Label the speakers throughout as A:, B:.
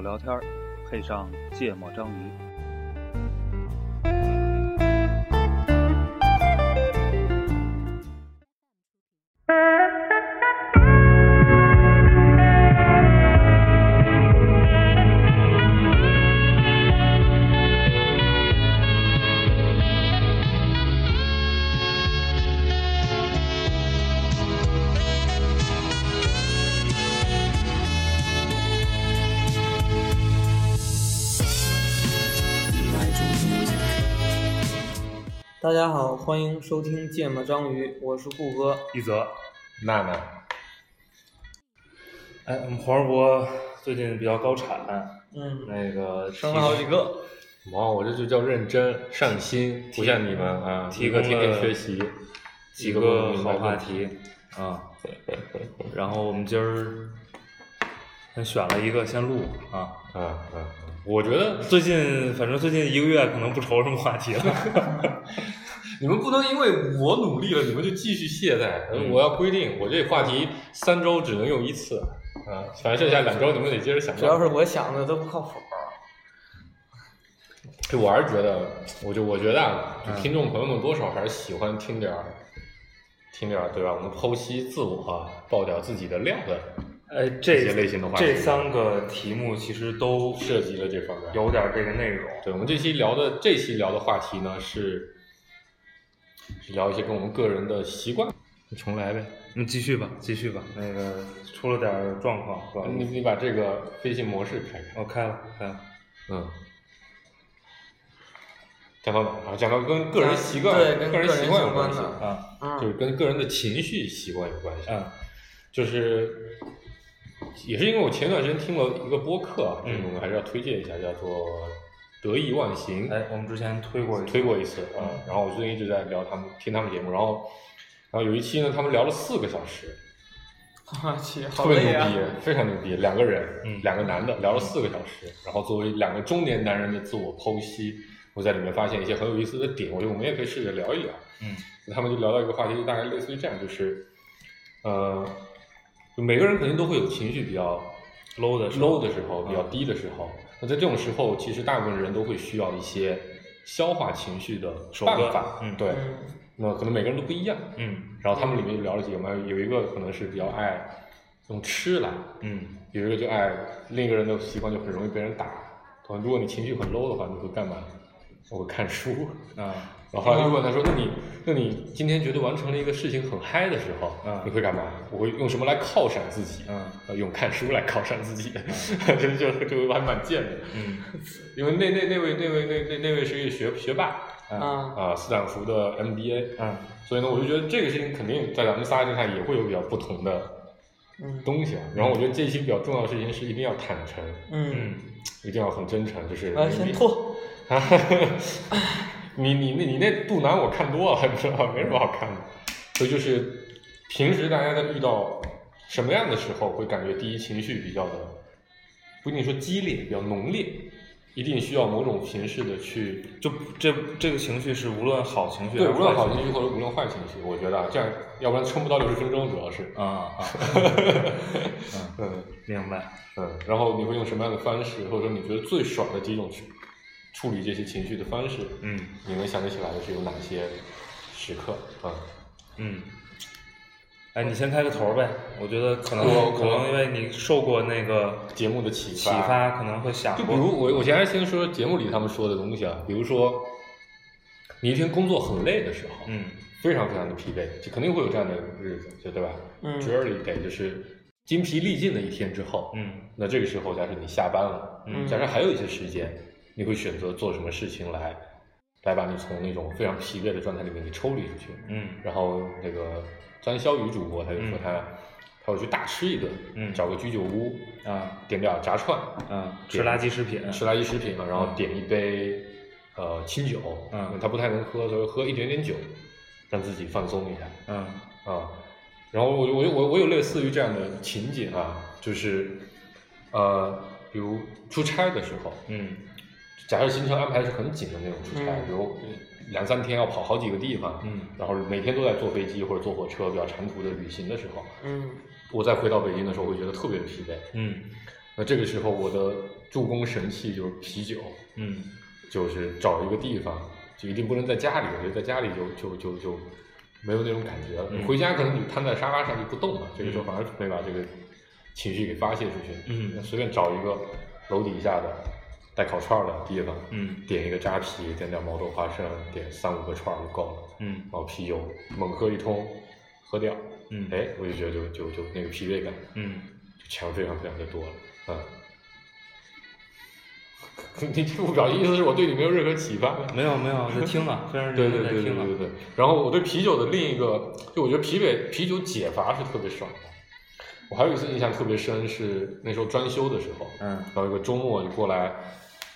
A: 聊天儿，配上芥末章鱼。
B: 大家好，欢迎收听《芥末章鱼》，我是顾哥。
C: 一泽，
D: 娜娜，
C: 哎，我们黄世博最近比较高产，
B: 嗯，
C: 那个
B: 生了好几个。
D: 哇，我这就叫认真上心，不像你们啊，
C: 提
D: 一个
C: 供
D: 天天
C: 了
D: 学习，
C: 提
D: 一
C: 供
D: 个
C: 了几
D: 不明
C: 个
D: 白
C: 好话
D: 问题
C: 题，啊。然后我们今儿先选了一个先录啊。
D: 啊啊！啊我觉得
C: 最近反正最近一个月可能不愁什么话题了。
D: 你们不能因为我努力了，你们就继续懈怠。
C: 嗯
D: 我要规定，我这话题三周只能用一次啊，反正剩下两周你们得接着想办法。
B: 只要是我想的都不靠谱。
D: 就我还是觉得，我就我觉得啊，就
C: 嗯
D: 听众朋友们多少还是喜欢听点儿，听点儿对吧？我们剖析自我，爆点儿自己的料的，
C: 哎，
D: 这些类型的话题
C: 这三个题目其实都
D: 涉及了这方面。
C: 有点这个内容。
D: 对我们这期聊的这期聊的话题呢是，是聊一些跟我们个人的习惯。你重来呗，
C: 你继续吧，继续吧。那个出了点儿状况，是吧？
D: 你你把这个飞行模式开开。
C: 我开了，开了。
D: 嗯。讲到哪儿啊？讲到跟个人习惯，
B: 啊对跟
D: 个人
B: 个人
D: 习惯
B: 习
D: 有关
B: 惯
D: 系，
B: 的
C: 啊
D: 就
B: 嗯
D: 是跟个人的情绪习惯有关系。
C: 嗯
D: 就是也是因为我前段时间听了一个播客啊，
C: 嗯
D: 这个我们还是要推荐一下，叫做《得意忘形》。
C: 哎，我们之前推过一次
D: 推过一次啊、
C: 嗯
D: 然后我最近一直在聊他们听他们节目，然后然后有一期呢，他们聊了四个小时，
B: 我去，好
D: 特别牛
B: 累
D: 逼，
B: 啊！
D: 非常牛逼，两个人，
C: 嗯
D: 两个男的聊了四个小时，然后作为两个中年男人的自我剖析，我在里面发现一些很有意思的点，我觉得我们也可以试着聊一聊。
C: 嗯
D: 他们就聊到一个话题，就大概类似于这样，就是，呃，就每个人肯定都会有情绪比较
C: low 的时候嗯
D: low 的时候，比较低的时候。那在这种时候，其实大部分人都会需要一些消化情绪的
C: 手段
D: 办法。
C: 嗯
D: 对。
B: 嗯
D: 那可能每个人都不一样。
C: 嗯
D: 然后他们里面就聊了几个嘛，有一个可能是比较爱用吃来，
C: 嗯
D: 有一个就爱另一个人的习惯就很容易被人打。然后如果你情绪很 low 的话，你会干嘛？我会看书。
C: 啊
D: 然后就问他说：“那你，那你今天觉得完成了一个事情很嗨的时候，
C: 嗯
D: 你会干嘛？我会用什么来犒赏自己？
C: 嗯
D: 呃用看书来犒赏自己， 这就这个还蛮贱的。
C: 嗯
D: 因为那那那位那位那那那位是一个学学霸
C: 啊
B: 啊，
D: 啊、斯坦福的 MBA，、
C: 嗯
D: 所以呢，我就觉得这个事情肯定在咱们仨身上也会有比较不同的
B: 嗯
D: 东西啊。然后我觉得这一期比较重要的事情是一定要坦诚，
B: 嗯，
C: 嗯
D: 一定要很真诚，就是
B: 来
D: 你
B: 先吐。
D: 啊， 你你那你那肚腩我看多了，你知道吗？没什么好看的。所以就是平时大家在遇到什么样的时候，会感觉第一情绪比较的不一定说激烈，比较浓烈，一定需要某种形式的去
C: 就这这个情绪是无论好情绪
D: 对，
C: 还
D: 无
C: 是
D: 论
C: 坏
D: 好情绪或者无论坏情绪，我觉得啊，这样要不然撑不到六十分钟，主要是。
C: 啊啊，
D: 嗯
C: 明白。
D: 嗯，然后你会用什么样的方式，或者说你觉得最爽的几种去处理这些情绪的方式？
C: 嗯
D: 你能想得起来的是有哪些时刻？啊、
C: 嗯，哎，你先开个头呗。我觉得可能
D: 我
C: 可能因为你受过那个
D: 节目的启
C: 启
D: 发
C: 发，可能会想
D: 就比
C: 过
D: 如我，我前面先说节目里他们说的东西啊，比如说你一天工作很累的时候，，
C: 嗯
D: 非常非常的疲惫，就肯定会有这样的日子，就对吧？
B: 嗯
D: j o u r n e y day 就是精疲力尽的一天之后，，
C: 嗯
D: 那这个时候假设你下班了，
C: 嗯
D: 假设还有一些时间，你会选择做什么事情来，来把你从那种非常疲惫的状态里面给抽离出去？
C: 嗯
D: 然后那个张潇雨主播他就说
C: 嗯
D: 他、他要去大吃一顿，
C: 嗯
D: 找个居酒屋，
C: 啊
D: 点点炸串，
C: 啊，吃垃圾食品，
D: 吃垃圾食品嘛，然后
C: 嗯
D: 点一杯呃清酒，
C: 嗯
D: 他不太能喝，所以喝一点点酒，让自己放松一下
C: 嗯
D: 啊。然后我我我我有类似于这样的情景啊，就是呃，比如出差的时候，
C: 嗯
D: 假设行程安排是很紧的那种出差，
B: 嗯
D: 比如两三天要跑好几个地方，
C: 嗯
D: 然后每天都在坐飞机或者坐火车比较长途的旅行的时候，
B: 嗯
D: 我再回到北京的时候会觉得特别疲惫，
C: 嗯
D: 那这个时候我的助攻神器就是啤酒，
C: 嗯
D: 就是找一个地方，就一定不能在家里，我觉得在家里就就就就没有那种感觉了。
C: 嗯
D: 回家可能你瘫在沙发上就不动了，这个时
C: 嗯
D: 候反而没把这个情绪给发泄出去。
C: 嗯
D: 那随便找一个楼底下的带烤串儿的地方，
C: 嗯
D: 点一个扎啤，点点毛豆花生，点三五个串儿就够了。
C: 嗯
D: 然后啤酒猛喝一通，喝掉，
C: 嗯
D: 哎，我就觉得就就就那个疲惫感
C: 嗯，
D: 就强非常非常的多了，嗯。 你这个表意思是我对你没有任何启发吗？
C: 没有没有，在听了，非常认
D: 对
C: 真
D: 对
C: 地在
D: 对
C: 嗯听
D: 对对对
C: 了，
D: 对。然后我对啤酒的另一个，就我觉得啤北啤酒解乏是特别爽的。我还有一次印象特别深是那时候专修的时候，
C: 嗯
D: 然后有个周末就过来，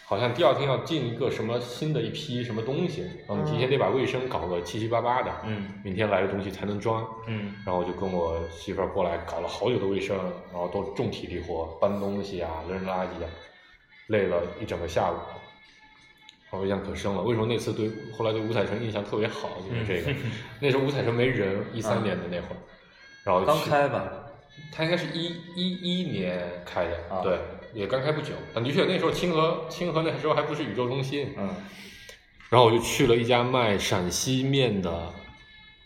D: 好像第二天要进一个什么新的一批什么东西，然后你提前得把卫生搞个七七八八的，
C: 嗯
D: 明天来的东西才能装。
C: 嗯
D: 然后就跟我媳妇儿过来搞了好久的卫生，然后都是重体力活，搬东西啊，扔垃圾啊，累了一整个下午。我印象可深了，为什么那次对后来对五彩城印象特别好，就是这
C: 嗯
D: 个。那时候五彩城没人，一三年的那会儿，然后
C: 刚
D: 去
C: 开吧，
D: 它应该是一一一年开的，
C: 啊
D: 对，也刚开不久。但的确那时候清河清河那时候还不是宇宙中心，
C: 嗯
D: 然后我就去了一家卖陕西面的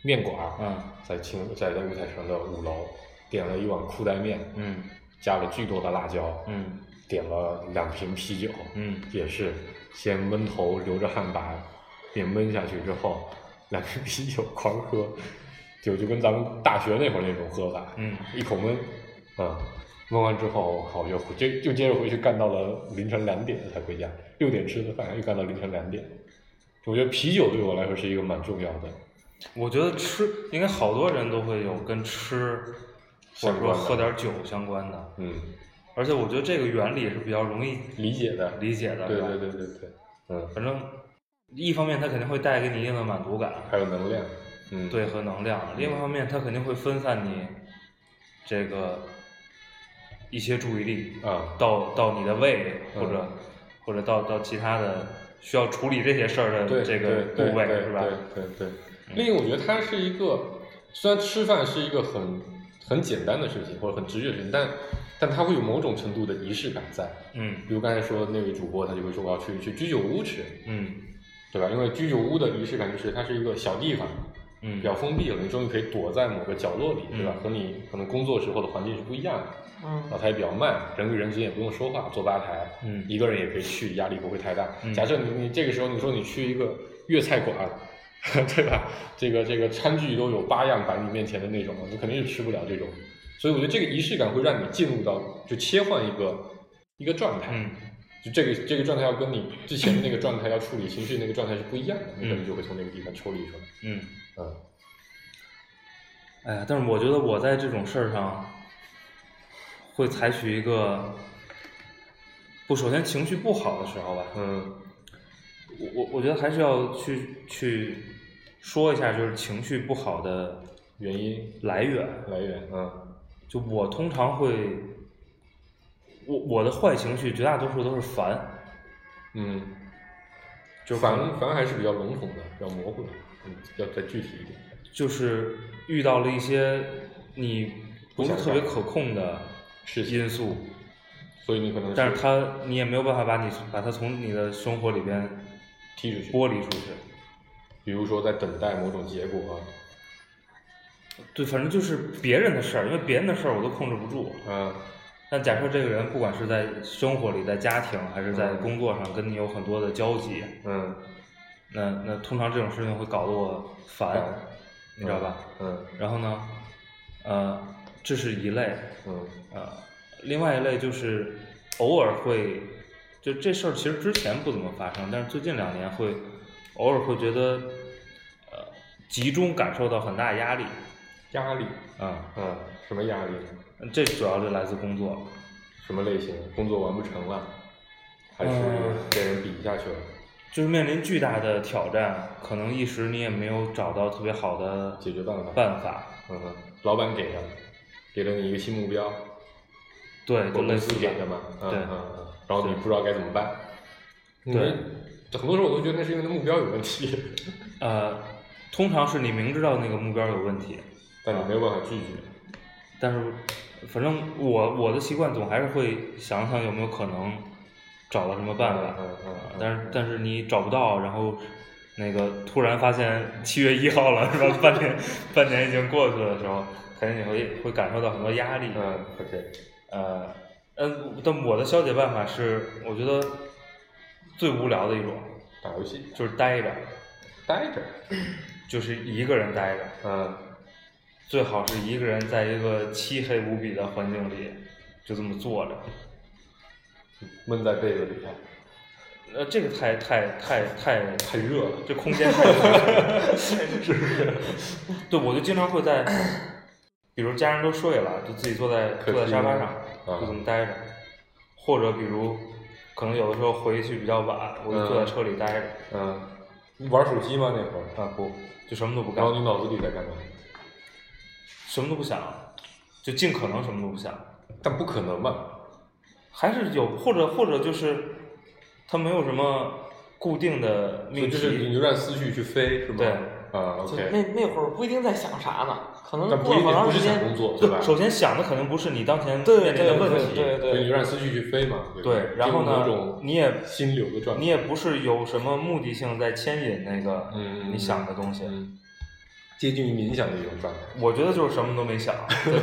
D: 面馆儿，
C: 嗯
D: 在清在在五彩城的五楼点了一碗裤带面，
C: 嗯
D: 加了巨多的辣椒，
C: 嗯
D: 点了两瓶啤酒，
C: 嗯
D: 也是先闷头流着汗把面闷下去之后，两瓶啤酒狂喝，酒就跟咱们大学那会儿那种喝法，
C: 嗯
D: 一口闷，嗯，闷完之后，我靠，又回就又接着回去干到了凌晨两点才回家，六点吃的饭，又干到凌晨两点。我觉得啤酒对我来说是一个蛮重要的，
C: 我觉得吃应该好多人都会有跟吃或者说喝点酒相关的，
D: 嗯，
C: 而且我觉得这个原理是比较容易
D: 理解的，
C: 理解的，
D: 对
C: 吧
D: 对对对对，嗯，
C: 反正一方面它肯定会带给你一定的满足感，
D: 还有能量，嗯，
C: 对和能量；另外一方面，它肯定会分散你这个一些注意力
D: 啊，
C: 到到你的胃
D: 嗯
C: 或者、或者到到其他的需要处理这些事儿
D: 对
C: 的这个
D: 对
C: 部位
D: 对
C: 是吧？嗯
D: 对对对。另一个，我觉得它是一个，虽然吃饭是一个很很简单的事情或者很直觉的事情，但但它会有某种程度的仪式感在。
C: 嗯
D: 比如刚才说那位主播，他就会说我要去去居酒屋吃，
C: 嗯
D: 对吧？因为居酒屋的仪式感就是它是一个小地方，
C: 嗯，
D: 比较封闭了，你终于可以躲在某个角落里，对吧？
C: 嗯
D: 和你可能工作时候的环境是不一样的。
B: 嗯
D: 然后它也比较慢，人与人之间也不用说话，坐吧台，
C: 嗯
D: 一个人也可以去，压力不会太大。
C: 嗯
D: 假设你你这个时候你说你去一个粤菜馆， 对吧？这个这个餐具都有八样摆你面前的那种，你肯定是吃不了这种。所以我觉得这个仪式感会让你进入到就切换一个一个状态，
C: 嗯
D: 就这个这个状态要跟你之前的那个状态要处理情绪那个状态是不一样的，你可能就会从那个地方抽离出来。
C: 嗯，
D: 嗯
C: 哎呀，但是我觉得我在这种事儿上会采取一个不，首先情绪不好的时候吧，
D: 嗯
C: 我我我觉得还是要去去说一下，就是情绪不好的
D: 原因
C: 来源。
D: 来源，嗯
C: 就我通常会，我我的坏情绪绝大多数都是烦，
D: 嗯。
C: 就是可
D: 反
C: 能
D: 反还是比较笼统的，比较模糊的，嗯，要再具体一点。
C: 就是遇到了一些你不是
D: 不想
C: 特别
D: 干
C: 可控的
D: 事情
C: 因素，
D: 所以你可能
C: 但是它你也没有办法把你把它从你的生活里边
D: 踢出去，
C: 剥离出去。
D: 比如说在等待某种结果
C: 对，反正就是别人的事儿，因为别人的事儿我都控制不住。
D: 啊，啊，
C: 但假设这个人不管是在生活里、在家庭还是在
D: 嗯
C: 工作上，跟你有很多的交集，
D: 嗯，
C: 那那通常这种事情会搞得我烦，
D: 烦
C: 你知道吧？
D: 嗯
C: 然后呢，呃，这是一类，
D: 嗯
C: 呃，另外一类就是偶尔会，就这事儿其实之前不怎么发生，但是最近两年会偶尔会觉得，呃，集中感受到很大压力，
D: 压力，
C: 啊、
D: 嗯，什么压力？
C: 嗯这主要就来自工作，
D: 什么类型？工作完不成了，还
C: 嗯
D: 是被人比下去了？
C: 就是面临巨大的挑战，可能一时你也没有找到特别好的
D: 解决办法
C: 办法，
D: 嗯，老板给的，给了你一个新目标，
C: 对，就
D: 我
C: 类
D: 公
C: 似
D: 司
C: 吧
D: 给的嘛，嗯
C: 对
D: 嗯嗯，然后你不知道该怎么办，
C: 对
D: 因为很多时候我都觉得那是因为那目标有问题，
C: 呃，通常是你明知道那个目标有问题，
D: 但你没有办法拒绝。
C: 但是反正我我的习惯总还是会想想有没有可能找到什么办法，
D: 嗯嗯嗯
C: 但是但是你找不到，然后那个突然发现七月一号了是吧？半年半年已经过去了的时候，肯定你会会感受到很多压力。
D: 嗯，OK，
C: 呃，嗯，但我的消解办法是，我觉得最无聊的一种
D: 打游戏
C: 就是待着，
D: 待着，
C: 就是一个人待着，呃
D: 嗯
C: 最好是一个人在一个漆黑无比的环境里，就这么坐着。
D: 闷在被子里啊头，
C: 呃，这个太太太太
D: 太热了，
C: 这空间太小 了，是不是？ 对，我就经常会在，比如家人都睡了，就自己坐在
D: 客
C: 坐在沙发
D: 厅
C: 上，
D: 啊
C: 就这么待着，或者比如可能有的时候回去比较晚，我就坐在
D: 嗯
C: 车里待着，
D: 嗯，你玩手机吗那会儿？
C: 啊不，就什么都不干
D: 然，后你脑子里在干嘛？
C: 什么都不想，就尽可能什么都不想，
D: 但不可能吧？
C: 还是有或者或者就是他没有什么固定的
D: 所以
C: 命
D: 就
C: 题，
D: 是你就让思绪去飞，是吗？
C: 对
D: 啊
B: 就
D: ，OK，
B: 那那会儿不一定在想啥呢，可能
D: 但不
B: 过
D: 一
B: 了好长
D: 定不是
B: 时
D: 想
B: 间
D: 工，作，对吧
C: 对，？首先想的肯定不是你当前面
B: 对对
C: 临
B: 对
C: 的
B: 对
C: 问
B: 对
C: 题，
D: 所以你
B: 对
D: 就让思绪去飞嘛，吧
C: 对，然后
D: 进入某
C: 呢
D: 种，
C: 你也
D: 心流的状态，
C: 你也不是有什么目的性在牵引那个
D: 嗯嗯
C: 你想的东西。
D: 嗯，接近于冥想的一种状态。
C: 我觉得就是什么都没想，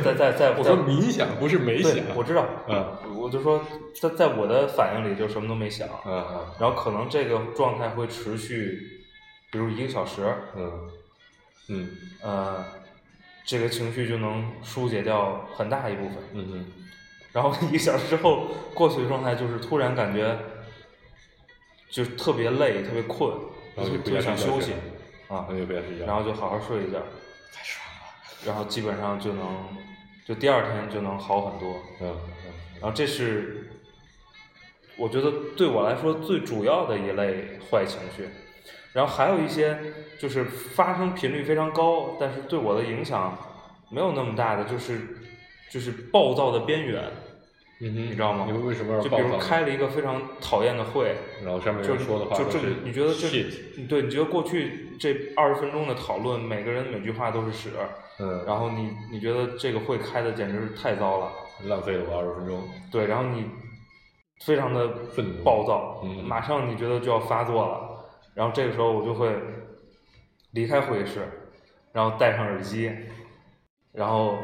C: 在在在在
D: 我说冥想不是没想
C: 对，，我知道，
D: 嗯
C: 我就说在在我的反应里就什么都没想，
D: 啊啊
C: 然后可能这个状态会持续，比如一个小时，
D: 嗯嗯
C: 呃，这个情绪就能疏解掉很大一部分。
D: 嗯嗯
C: 然后一个小时之后过去的状态就是突然感觉就是特别累，特别困，
D: 然后
C: 就
D: 就
C: 特
D: 不
C: 别
D: 想
C: 想
D: 上
C: 休
D: 学
C: 息
D: 啊
C: 啊，，
D: 那就不要睡觉。
C: 然后就好好睡一觉，
D: 太爽了。
C: 然后基本上就能就第二天就能好很多。
D: 嗯
C: 然后这是我觉得对我来说最主要的一类坏情绪，然后还有一些就是发生频率非常高，但是对我的影响没有那么大的，就是就是暴躁的边缘，
D: 嗯哼，
C: 你知道吗
D: 你们为什么要
C: 就
D: 暴
C: 比如
D: 躁？
C: 开，了一个非常讨厌的会，
D: 然后上面
C: 就
D: 人说的话
C: 就
D: 都
C: 这
D: 是，
C: 你觉得这
D: shit，
C: 对？你觉得过去这二十分钟的讨论，每个人每句话都是屎，
D: 嗯，
C: 然后你你觉得这个会开的简直是太糟了，
D: 浪费了我二十分钟。
C: 对，然后你非常的
D: 愤怒
C: 暴躁，
D: 嗯
C: 马上你觉得就要发作了，然后这个时候我就会离开会议室，然后戴上耳机，然后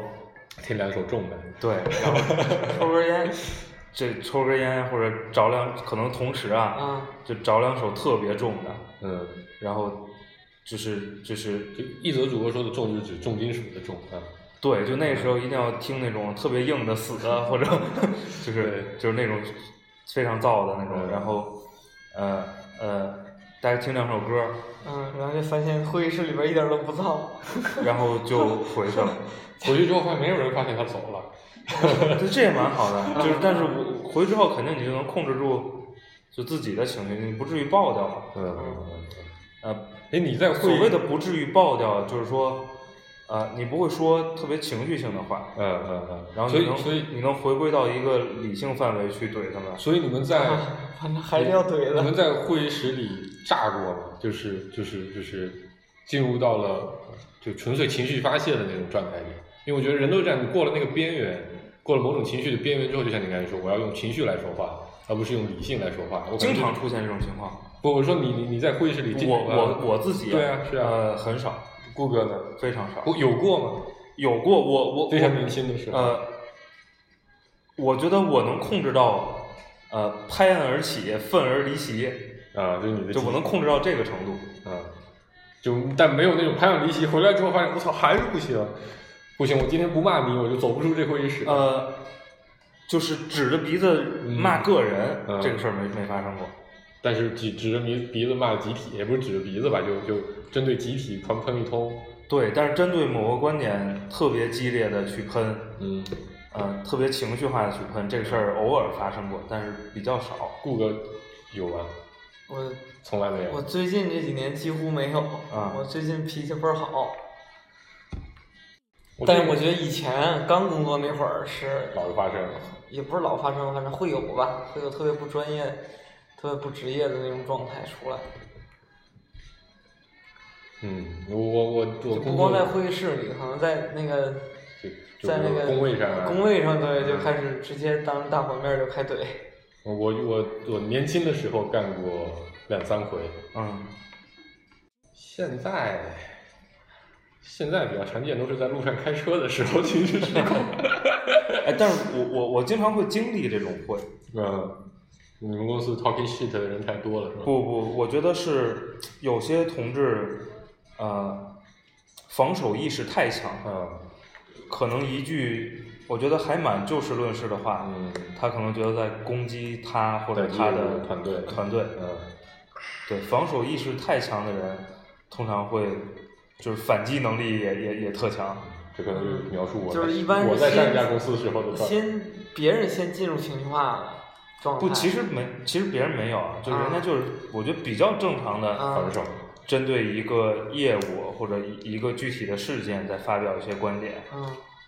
D: 听两首重的，
C: 对，然后抽根烟，这抽根烟或者找两，可能同时啊，
B: 啊，
C: 就找两首特别重的，
D: 嗯，
C: 然后就是就是
D: 就一则主播说的重就是指重金属的重啊，
C: 对，就那时候一定要听那种特别硬的死的，或者就是就是那种非常燥的那种，
D: 嗯
C: 然后呃呃，大家听两首歌，
B: 嗯，然后就发现会议室里边一点都不燥，
C: 然后就回去了。
D: 回去之后发现没有人发现他走了，
C: 就这也蛮好的，就是但是我回去之后肯定你就能控制住就自己的情绪，你不至于爆掉嘛。
D: 嗯嗯嗯，
C: 呃，
D: 哎，你在
C: 所
D: 会
C: 谓
D: 议
C: 的不至于爆掉，就是说呃你不会说特别情绪性的话，
D: 嗯嗯嗯，
C: 然后
D: 所
C: 你
D: 以
C: 能
D: 所以
C: 你能回归到一个理性范围去怼他们。
D: 所以你们在、
B: 反正还是要怼
D: 哎你们
B: 的。
D: 在会议室里炸过吗？就是就是就是进入到了就纯粹情绪发泄的那种状态里，因为我觉得人都是这样，你过了那个边缘，过了某种情绪的边缘之后，就像你刚才说，我要用情绪来说话，而不是用理性来说话。我可能
C: 经常
D: 就
C: 出现这种情况，
D: 不，我说你你你在会议室里经，
C: 我我我自己
D: 对啊是啊
C: 呃很少，
D: 顾哥呢？
C: 非常少，
D: 我有过吗？
C: 有过我我
D: 非常
C: 我
D: 年轻的时候，
C: 呃，我觉得我能控制到呃拍案而起，愤而离席，
D: 啊，就是你的
C: 呃就我能控制到这个程度。
D: 啊，就但没有那种拍案离席，回来之后发现我操还是不行，不行，我今天不骂你，我就走不出这会议室。
C: 呃，就是指着鼻子骂个人，
D: 嗯
C: 这个事儿没没发生过。
D: 但是指指着鼻鼻子骂集体，也不是指着鼻子吧，就就针对集体狂喷一通。
C: 对，但是针对某个观点特别激烈的去喷，
D: 嗯，
C: 呃，特别情绪化的去喷，这个事儿偶尔发生过，但是比较少。
D: 顾哥有吗？
B: 我
D: 从来没有
B: 我。最近这几年几乎没有，
C: 啊
B: 我最近脾气倍儿好，
D: 我
B: 但
D: 这
B: 是我觉得以前刚工作那会儿是
D: 老是发生了。
B: 也不是老发生，反正会有吧，会有特别不专业、特别不职业的那种状态出来，
D: 嗯，我我我我
B: 就
D: 工
B: 不
D: 作
B: 光在会议室里，可能在那个
D: 就就就
B: 在那
D: 比如
B: 个
D: 工位上啊，
B: 工位上对，就开始直接当着大伙面就开怼，
D: 我我我年轻的时候干过两三回，
C: 嗯，
D: 现在现在比较常见都是在路上开车的时候情绪失控。
C: 哎，但是我我我经常会经历这种会，
D: 嗯，你们公司 talking shit 的人太多了是吧？
C: 不不，我觉得是有些同志，呃，防守意识太强，
D: 嗯
C: 可能一句我觉得还蛮就事论事的话，
D: 嗯
C: 他可能觉得在攻击他或者
D: 对
C: 他
D: 就是
C: 的
D: 团队
C: 团队，
D: 嗯，
C: 对防守意识太强的人，通常会就是反击能力也也也特强。
D: 这可能就是描述我
B: 就是一般是
D: 我在上一家
B: 先
D: 公司的时候的状态。
B: 先别人先进入情绪化状态，
C: 不，其实没，其实别人没有啊，就人家
B: 啊
C: 就是我觉得比较正常的
B: 啊
D: 反手，
C: 针对一个业务或者一一个具体的事件在发表一些观点，
B: 嗯，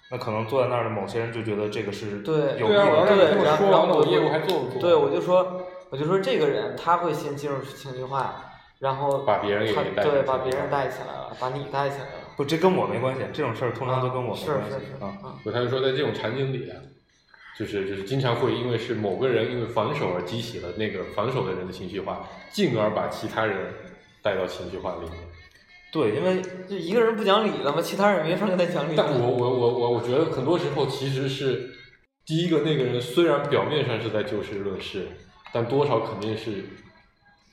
C: 那可能坐在那儿的某些人就觉得这个是
B: 对
C: 有
D: 对啊
C: 益
D: 我要
C: 的
D: 让你
B: 对，
D: 这么
B: 然后
D: 说
B: 然后
D: 那我
B: 我
D: 业务还做不做
B: 对，我就说，我就说这个人他会先进入情绪化，然后
D: 把别人也
B: 他
D: 给带进
B: 对，
D: 去
B: 把别人带起来了，把你带起来了。
C: 不，这跟我没关系，这种事儿通常都跟我没
B: 是
C: 关系
B: 是是嗯
C: 啊。
D: 不，他就说在这种场景里啊，就是就是经常会因为是某个人因为防守而激起了那个防守的人的情绪化，进而把其他人带到情绪化里面。
C: 对，因为
B: 就一个人不讲理了嘛，其他人没法跟他讲理了。
D: 但我我我我我觉得很多时候其实是第一个那个人虽然表面上是在就事论事，但多少肯定是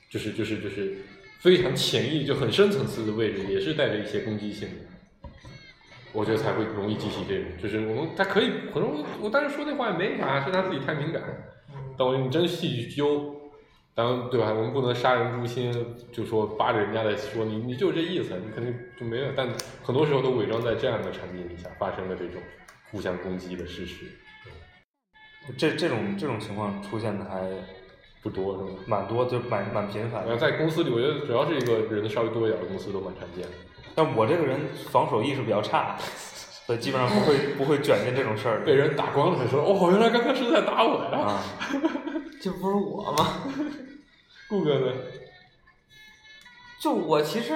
D: 就是就是就是非常潜意就很深层次的位置也是带着一些攻击性的。我觉得才会容易激起这种，就是我们他可以，可能我我当时说那话也没啥，是他自己太敏感。
B: 嗯
D: 但我觉得你真细究，当对吧？我们不能杀人诛心，就说扒着人家的说你你就这意思，你肯定就没有。但很多时候都伪装在这样的场景底下发生了这种互相攻击的事实，
C: 这这种这种情况出现的还
D: 不多是吧？
C: 蛮多，就蛮蛮频繁
D: 反
C: 的。
D: 正在公司里，我觉得只要是一个人稍微多一点的公司都蛮常见的。
C: 但我这个人防守意识比较差， 所以基本上不会不会卷进这种事儿里
D: 被人打光了才说哦，原来刚刚是在打我呀。
C: 啊。
B: 这不是我吗？
D: 顾哥呢？
B: 就我其实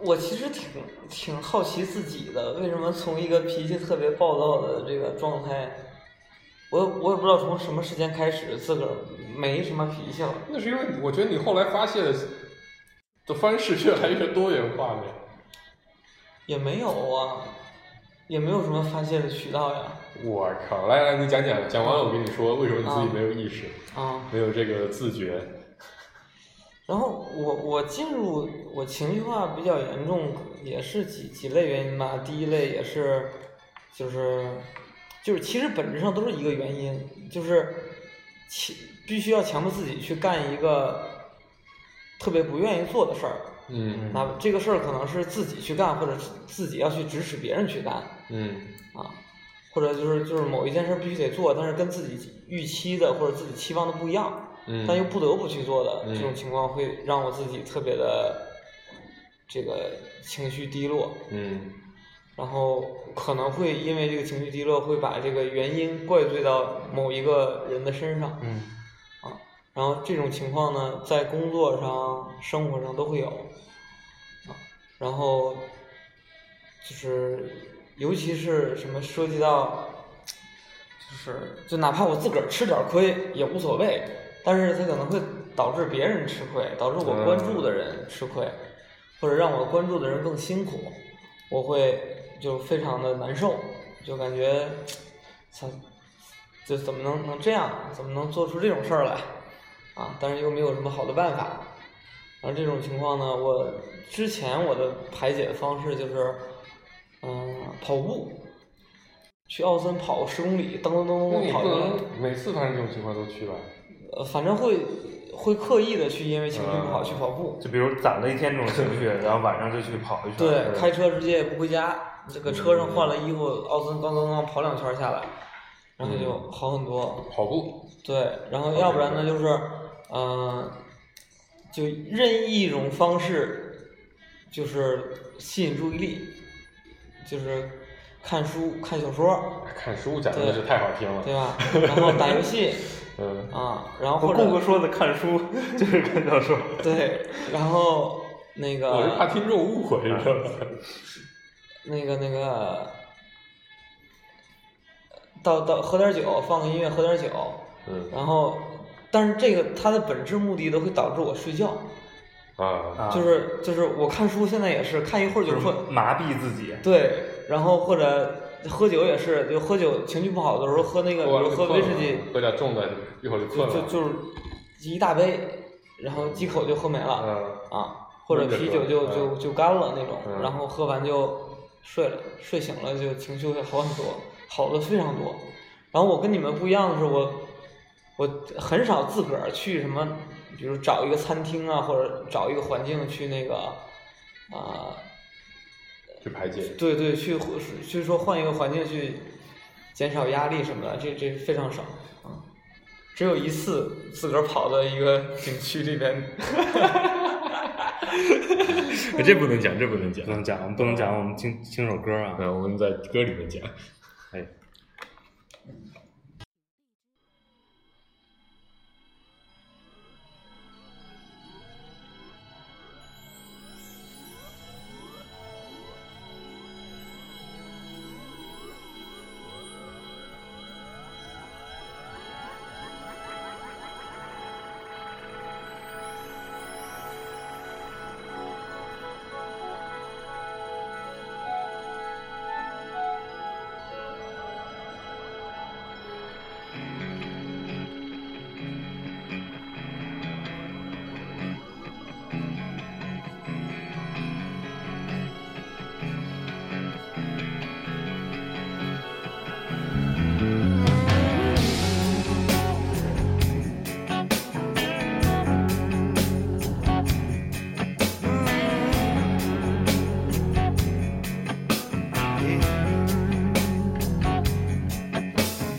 B: 我其实挺挺好奇自己的，为什么从一个脾气特别暴躁的这个状态，我我也不知道从什么时间开始自个儿没什么脾气了。
D: 那是因为我觉得你后来发泄的的方式越来越多元化了。
B: 也没有啊，也没有什么发泄的渠道呀。
D: 我靠！来来，你讲讲，讲完了我跟你说为什么你自己
B: 啊
D: 没有意识。
B: 啊，
D: 没有这个自觉，
B: 然后我我进入我情绪化比较严重，也是几几类原因吧。第一类也是，就是就是其实本质上都是一个原因，就是强必须要强迫自己去干一个特别不愿意做的事儿。
D: 嗯
B: 那这个事儿可能是自己去干，或者是自己要去指使别人去干。
D: 嗯
B: 啊，或者就是就是某一件事儿必须得做，但是跟自己预期的或者自己期望的不一样，
D: 嗯
B: 但又不得不去做的、
D: 嗯
B: 这种情况，会让我自己特别的这个情绪低落，
D: 嗯
B: 然后可能会因为这个情绪低落，会把这个原因怪罪到某一个人的身上
C: 嗯，
B: 啊，然后这种情况呢，在工作上、生活上都会有啊，然后就是尤其是什么涉及到，就是就哪怕我自个儿吃点儿亏也无所谓，但是它可能会导致别人吃亏，导致我关注的人吃亏，或者让我关注的人更辛苦，我会就非常的难受，就感觉，操，就怎么能能这样，怎么能做出这种事儿来，啊，但是又没有什么好的办法，然后这种情况呢，我之前我的排解方式就是，嗯，跑步，去奥森跑十公里，噔噔噔
D: 那
B: 噔
D: 你
B: 噔跑
D: 不
B: 一圈
D: 能每次发生这种情况都去吧？
B: 呃，反正会会刻意的去因为情绪不好
D: 啊
B: 去跑步，
C: 就比如攒了一天这种情 绪，然后晚上就去跑一圈。
B: 对，开车直接也不回家，这个车上换了衣服，奥森刚刚刚跑两圈下来，然后就好很多。
D: 跑步，
B: 对，然后要不然呢就是，嗯，就任意一种方式，就是吸引注意力，就是看书、看小说，
D: 哎看书讲的是太好听了。
B: 对吧？然后打游戏
D: 嗯，
B: 啊，然后
C: 我
B: 或
C: 顾
B: 者
C: 哥说的看书就是看 小说。
B: 对，然后那个
D: 我是
B: 啊
D: 怕听众误会，你知道吧？
B: 那个那个，到到喝点酒，放个音乐，喝点酒，
D: 嗯
B: 然后，但是这个它的本质目的都会导致我睡觉，
D: 啊，
C: 啊
B: 就是就是我看书现在也是看一会儿
C: 就
B: 就是困，
C: 麻痹自 己。
B: 对，然后或者喝酒也是，就喝酒情绪不好的时候喝那个，比
D: 我
B: 如喝威士忌，
D: 喝点重的，一会儿就困
B: 就就
D: 了。
B: 就是一大杯，然后几口就喝没了
D: 嗯
B: 啊，或者
D: 闷着
B: 啤
D: 喝
B: 酒就
D: 嗯
B: 就就干了那种
D: 嗯，
B: 然后喝完就睡了，睡醒了就情绪会好很多，好的非常多。然后我跟你们不一样的是我，我很少自个儿去什么，比如找一个餐厅啊，或者找一个环境去那个啊。
D: 去排解。
B: 对对，去或去说换一个环境去减少压力什么的，这这非常少啊。只有一次自个儿跑到一个景区里边，
D: 哎这不能讲，这不能讲
C: 不能讲，我们不能讲，我们听听首歌啊。
D: 嗯，我们在歌里面讲。
C: 哎，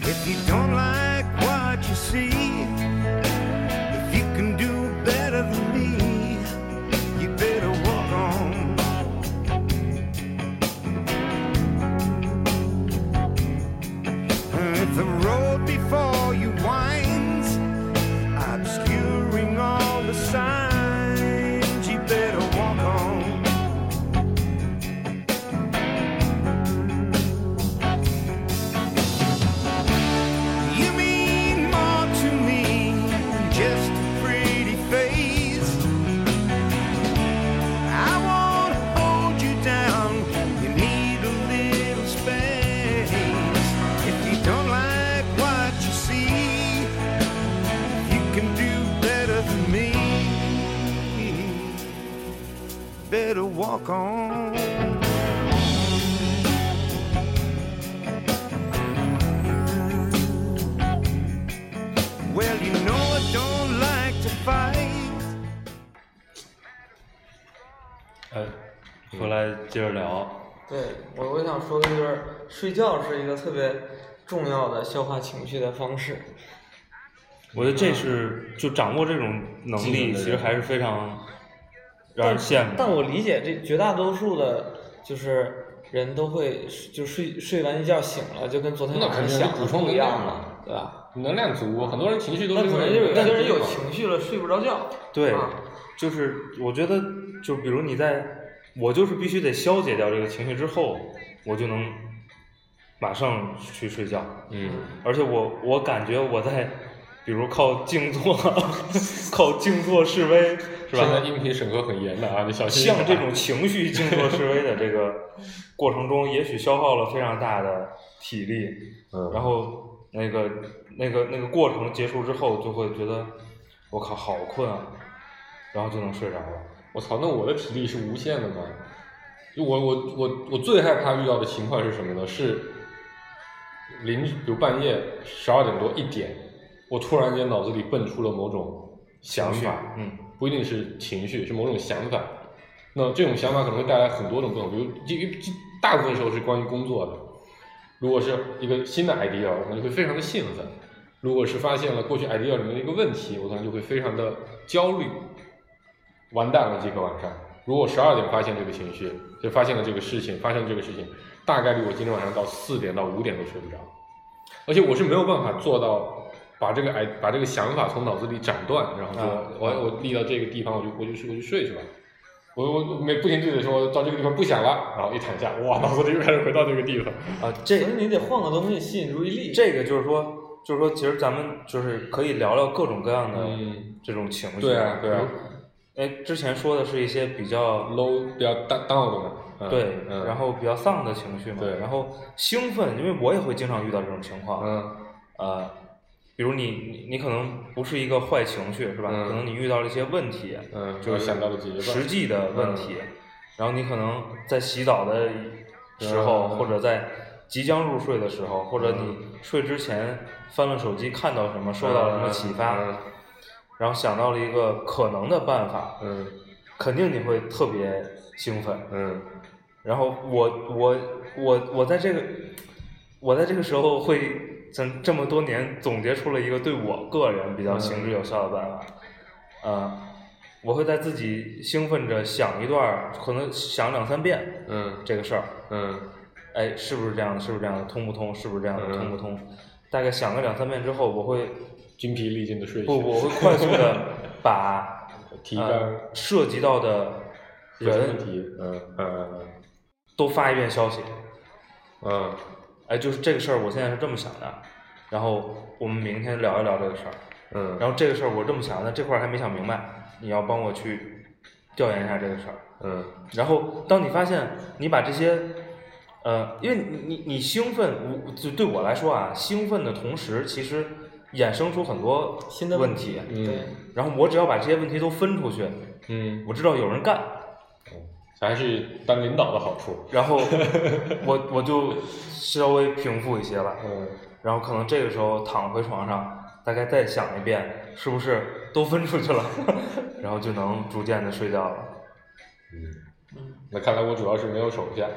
E: If you don't like what you see, if you can do better than me, you better walk on. And If the road before you winds, obscuring all the signs, you better walk on. You mean more to me than just a pretty face. I won't hold you down. You need a little space. If you don't like what you see, you can do better than me. Better walk on. Well, you know I don't like to fight.
C: 呃，回来接着聊。
B: 对我我想说的就是，睡觉是一个特别重要的消化情绪的方式。
C: 我觉得这是就掌握这种能
D: 技能
C: 力，
D: 的人
C: 其实还是非常让人羡慕的。
B: 但我理解这绝大多数的，就是人都会就睡睡完一觉醒了，就跟昨天
D: 那
B: 晚上
D: 肯定是
B: 想的
D: 补
B: 不
D: 充
B: 一
D: 能量
B: 样
D: 嘛
B: 了，对吧？
D: 能量足，很多人情绪都
B: 那
D: 是
B: 可能
D: 因
B: 就
D: 为
B: 是有些人
D: 能
B: 有
D: 量足
B: 情绪了，睡不着觉。
C: 对
D: 嗯
B: 啊，
C: 就是我觉得，就比如你在，我就是必须得消解掉这个情绪之后，我就能马上去睡觉。
D: 嗯，
C: 而且我我感觉我在，比如靠静坐， 靠静坐示威，是
D: 现在
C: 吧？
D: 音频审核很严的啊，你小心一点。
C: 像这种情绪静坐示威的这个过程中，也许消耗了非常大的体力，
D: 嗯，
C: 然后那个那个那个过程结束之后，就会觉得我靠好困啊，然后就能睡着了。
D: 我操，那我的体力是无限的吗？就我我我我最害怕遇到的情况是什么呢？是临比如半夜十二点多一点，我突然间脑子里蹦出了某种想
C: 情绪
D: 法，
C: 嗯，
D: 不一定是情绪，是某种想法。那这种想法可能会带来很多种不同，比如基于基大部分时候是关于工作的。如果是一个新的 idea，我可能就会非常的兴奋；如果是发现了过去 idea 里面的一个问题，我可能就会非常的焦虑。完蛋了，这个晚上，如果十二点发现这个情绪，就发现了这个事情，发生这个事情，大概率我今天晚上到四点到五点都睡不着，而且我是没有办法做到把这个 i 把这个想法从脑子里斩断，然后说、
C: 啊
D: 我我立到这个地方，我就我就睡我就睡去吧。我我没不听队的说到这个地方不想了，然后一躺下，哇，脑子里又开始回到这个地方。
B: 所
C: 啊，这
B: 以你得换个东西吸引注意力。
C: 这个就是说，就是说，其实咱们就是可以聊聊各种各样的
D: 嗯
C: 这种情绪。
D: 对啊对啊。
C: 哎，之前说的是一些比较、
D: low 比较 down down 的嘛，嗯
C: 对，
D: 嗯，
C: 然后比较丧的情绪嘛。
D: 对
C: 然后兴奋，因为我也会经常遇到这种情况。
D: 嗯
C: 呃，比如你你你可能不是一个坏情绪是吧？
D: 嗯
C: 可能你遇到了一些问题，
D: 嗯，
C: 就是
D: 想到了解决办
C: 实
D: 法，嗯
C: 际的问题，然后你可能在洗澡的时候，
D: 嗯
C: 或者在即将入睡的时候，或者你睡之前翻了手机看到什么，受到了什么启发，
D: 嗯
C: 然后想到了一个可能的办法，
D: 嗯
C: 肯定你会特别兴奋。
D: 嗯
C: 然后我我我我在这个我在这个时候会这这么多年总结出了一个对我个人比较行之有效的办法，呃，我会在自己兴奋着想一段儿，可能想两三遍
D: 嗯
C: 这个事儿，
D: 嗯
C: 哎，是不是这样的？是不是这样的？通不通？是不是这样的？
D: 嗯
C: 通不通？大概想个两三遍之后，我会
D: 精疲力尽的睡去，
C: 不，我会快速的把
D: 提纲
C: 呃涉及到的
D: 问
C: 人
D: 题，嗯嗯嗯
C: 都发一遍消息。
D: 嗯
C: 哎，就是这个事儿，我现在是这么想的，然后我们明天聊一聊这个事儿。
D: 嗯
C: 然后这个事儿我这么想的，这块儿还没想明白，你要帮我去调研一下这个事儿。
D: 嗯
C: 然后当你发现你把这些，呃，因为你你你兴奋，我就对我来说啊，兴奋的同时，其实衍生出很多
B: 新的
C: 问
B: 题
C: 题。，
B: 对，
C: 然后我只要把这些问题都分出去，
D: 嗯，
C: 我知道有人干，
D: 这还是当领导的好处，
C: 然后我我就稍微平复一些了。
D: 嗯
C: 然后可能这个时候躺回床上，大概再想一遍，是不是都分出去了， 然后就能逐渐的睡觉了。
D: 嗯，
B: 嗯。
D: 那看来我主要是没有手下，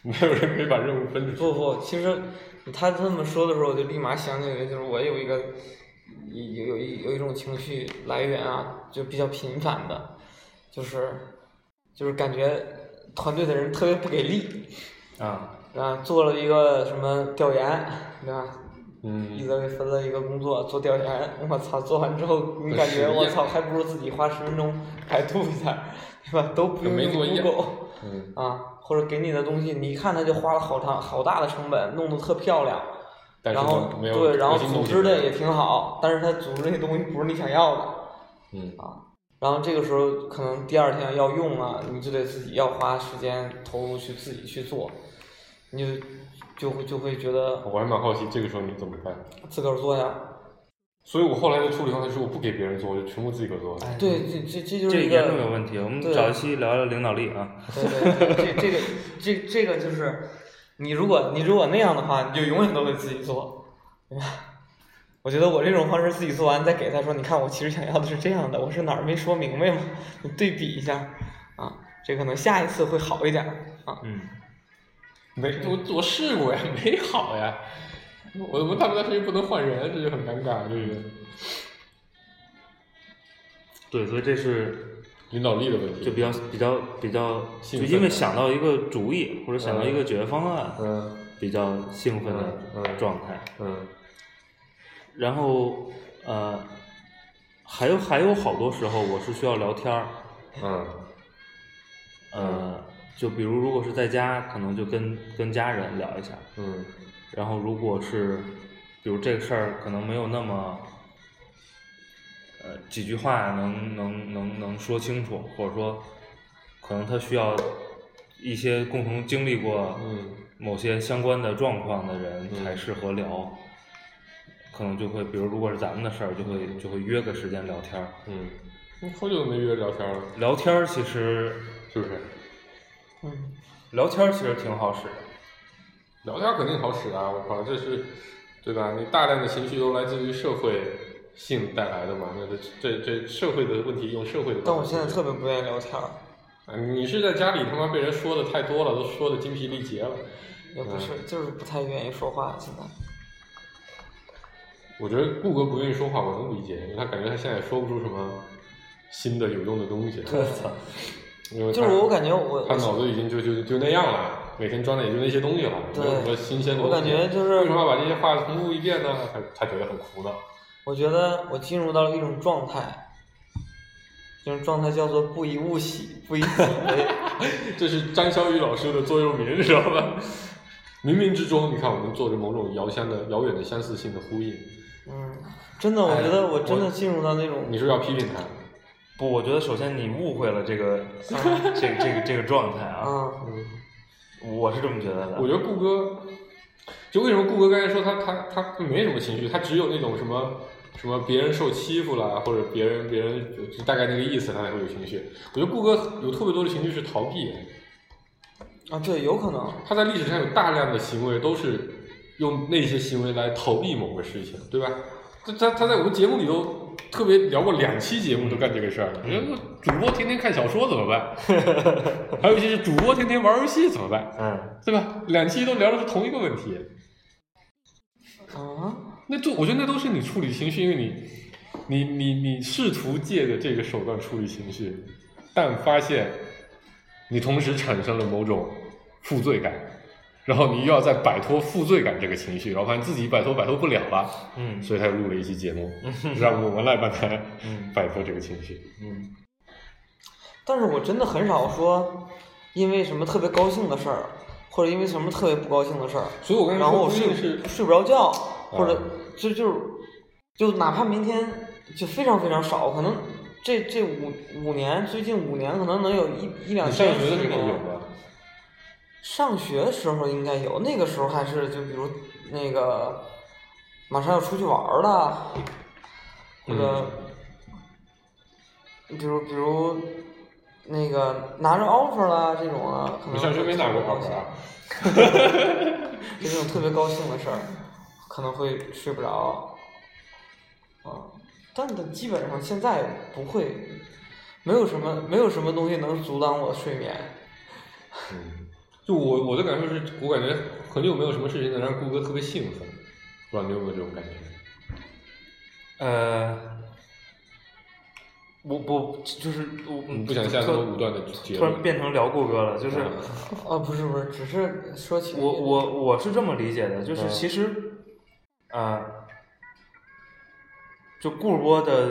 D: 没有人可以把任务分出去，
B: 不不，其实他这么说的时候，我就立马想起来，就是我有一个有有一有一种情绪来源啊，就比较频繁的，就是就是感觉团队的人特别不给力
C: 啊，
B: 啊，做了一个什么调研，对吧？一
D: 嗯，
B: 泽给分了一个工作做调研，我操，做完之后你
D: 跟
B: 感
D: 实
B: 觉我
D: 验
B: 操，还不如自己花十分钟百度一下，对吧？都不
D: 跟
B: 用
D: 没
B: 用
D: 做一样
B: Google。
D: 嗯
B: 啊，或者给你的东西，你一看他就花了好长好大的成本，弄得特漂亮，
D: 但是
B: 然后
D: 没有
B: 对，然后
D: 核心
B: 组
D: 东西
B: 织的也挺好，但是他组织那些东西不是你想要的，
D: 嗯
C: 啊
B: 然后这个时候可能第二天要用啊，你就得自己要花时间投入去自己去做，你就就会就会觉得
D: 嗯我还蛮好奇这个时候你怎么办。
B: 自个儿做呀，
D: 所以我后来的处理方式是我不给别人做，我就全部自己给我做。
B: 对，这这这就
C: 这
B: 是一个
C: 严重有问题。我们
B: 对
C: 找一期聊聊领导力啊。
B: 对对对，这这个这这个就是，你如果你如果那样的话，你就永远都得自己做，对吧？我觉得我这种方式自己做完再给他说，你看我其实想要的是这样的，我是哪儿没说明白吗？你对比一下，啊，这可能下一次会好一点啊。
C: 嗯，
D: 没，我我试过呀， 没好呀。我我他们当时又不能换人，这就很尴尬，这个
C: 对，所以这是
D: 领导力的问题。
C: 就比较比较比较，就
D: 兴奋
C: 因为
D: 的
C: 想到一个主意或者想到一个解决方案，
D: 嗯
C: 比较兴奋
D: 嗯
C: 的
D: 嗯
C: 状态。
D: 嗯
C: 然后呃，还有还有好多时候我是需要聊天儿。
D: 嗯
C: 呃，就比如如果是在家，可能就跟跟家人聊一下。
D: 嗯
C: 然后如果是，比如这个事儿可能没有那么，呃，几句话能能能能说清楚，或者说，可能他需要一些共同经历过
D: 嗯
C: 某些相关的状况的人
D: 嗯
C: 才适合聊。可能就会，比如如果是咱们的事儿，就会就会约个时间聊天儿。
D: 嗯，你好久没约聊天了，
C: 聊天儿其实，
D: 是不是？
B: 嗯，
C: 聊天儿其实挺好使的。
D: 聊天肯定好使啊！我靠，这是对吧？你大量的情绪都来自于社会性带来的嘛？那这这这社会的问题用社会的。
B: 但我现在特别不愿意聊天儿，
D: 啊，你是在家里他妈被人说的太多了，都说的精疲力竭了。
B: 也不是，就是不太愿意说话。现在，
D: 我觉得顾哥不愿意说话，我能理解，因为他感觉他现在也说不出什么新的有用的东西。
B: 对
D: 因为他
B: 就是我感觉我
D: 他脑子已经就就就那样了，每天装的也就那些东西了，没有什么新鲜的
B: 我
D: 东西。
B: 感觉就是
D: 为什么要把这些话重复一遍呢？他他觉得很苦恼。
B: 我觉得我进入到了一种状态，这种状态叫做不以物喜，不以己悲。
D: 这是张小雨老师的座右铭，知道吧？冥冥之中，你看我们做着某种遥相的、遥远的相似性的呼应。
B: 嗯，真的，我觉得
D: 哎
B: 我真的
D: 我
B: 进入到那种
D: 你是不是要批评他？
C: 不，我觉得首先你误会了这 个这个这个这个状态啊，
B: 啊，
D: 嗯，
C: 我是这么觉得的。
D: 我觉得顾哥，就为什么顾哥刚才说他他他没什么情绪，他只有那种什么什么别人受欺负了，或者别人别人就大概那个意思，他才会有情绪。我觉得顾哥有特别多的情绪是逃避的，
B: 啊，对，有可能，
D: 他在历史上有大量的行为都是用那些行为来逃避某个事情，对吧？他他他在我们节目里头特别聊过两期节目都干这个事儿，你说主播天天看小说怎么办？ 还有一些是主播天天玩游戏怎么办？
C: 嗯，
D: 对吧？两期都聊的是同一个问题，
B: 啊，
D: 那就我觉得那都是你处理情绪，因为你你你你试图借着这个手段处理情绪，但发现你同时产生了某种负罪感，然后你又要再摆脱负罪感这个情绪，然后发现自己摆脱摆脱不了了，
C: 嗯
D: 所以他又录了一期节目， 让我们来帮他
C: 嗯
D: 摆脱这个情绪。
C: 嗯
B: 但是我真的很少说，因为什么特别高兴的事儿，或者因为什么特别不高兴的事儿，
D: 所以我刚才
B: 然后
D: 说
B: 我
D: 不一
B: 睡
D: 定是
B: 睡不着觉，或者
D: 嗯
B: 就就是就哪怕明天就非常非常少，可能这这五五年最近五年可能能有一一两
D: 你
B: 天
D: 上学的时
B: 失眠
D: 候有吗？
B: 上学的时候应该有，那个时候还是就比如那个马上要出去玩儿了，或
D: 嗯
B: 者、比如比如那个拿着 offer 啦这种啊，可能
D: 你上学没拿过
B: 特别高
D: 啊号
B: 兴
D: 吧？
B: 就这种特别高兴的事儿，可能会睡不着，啊，但但基本上现在不会，没有什么没有什么东西能阻挡我睡眠，
D: 嗯就我我的感受是，我感觉很久没有什么事情能让顾哥特别兴奋，不知道你有没有这种感觉？
C: 呃，我我就是我
D: 你不想下那么武断的结
C: 嗯突
D: 论嗯
C: 然？变成聊顾哥了，就是
B: 啊，不是不是，只是说起
C: 我我我是这么理解的，就是
D: 嗯
C: 其实，呃，就顾波的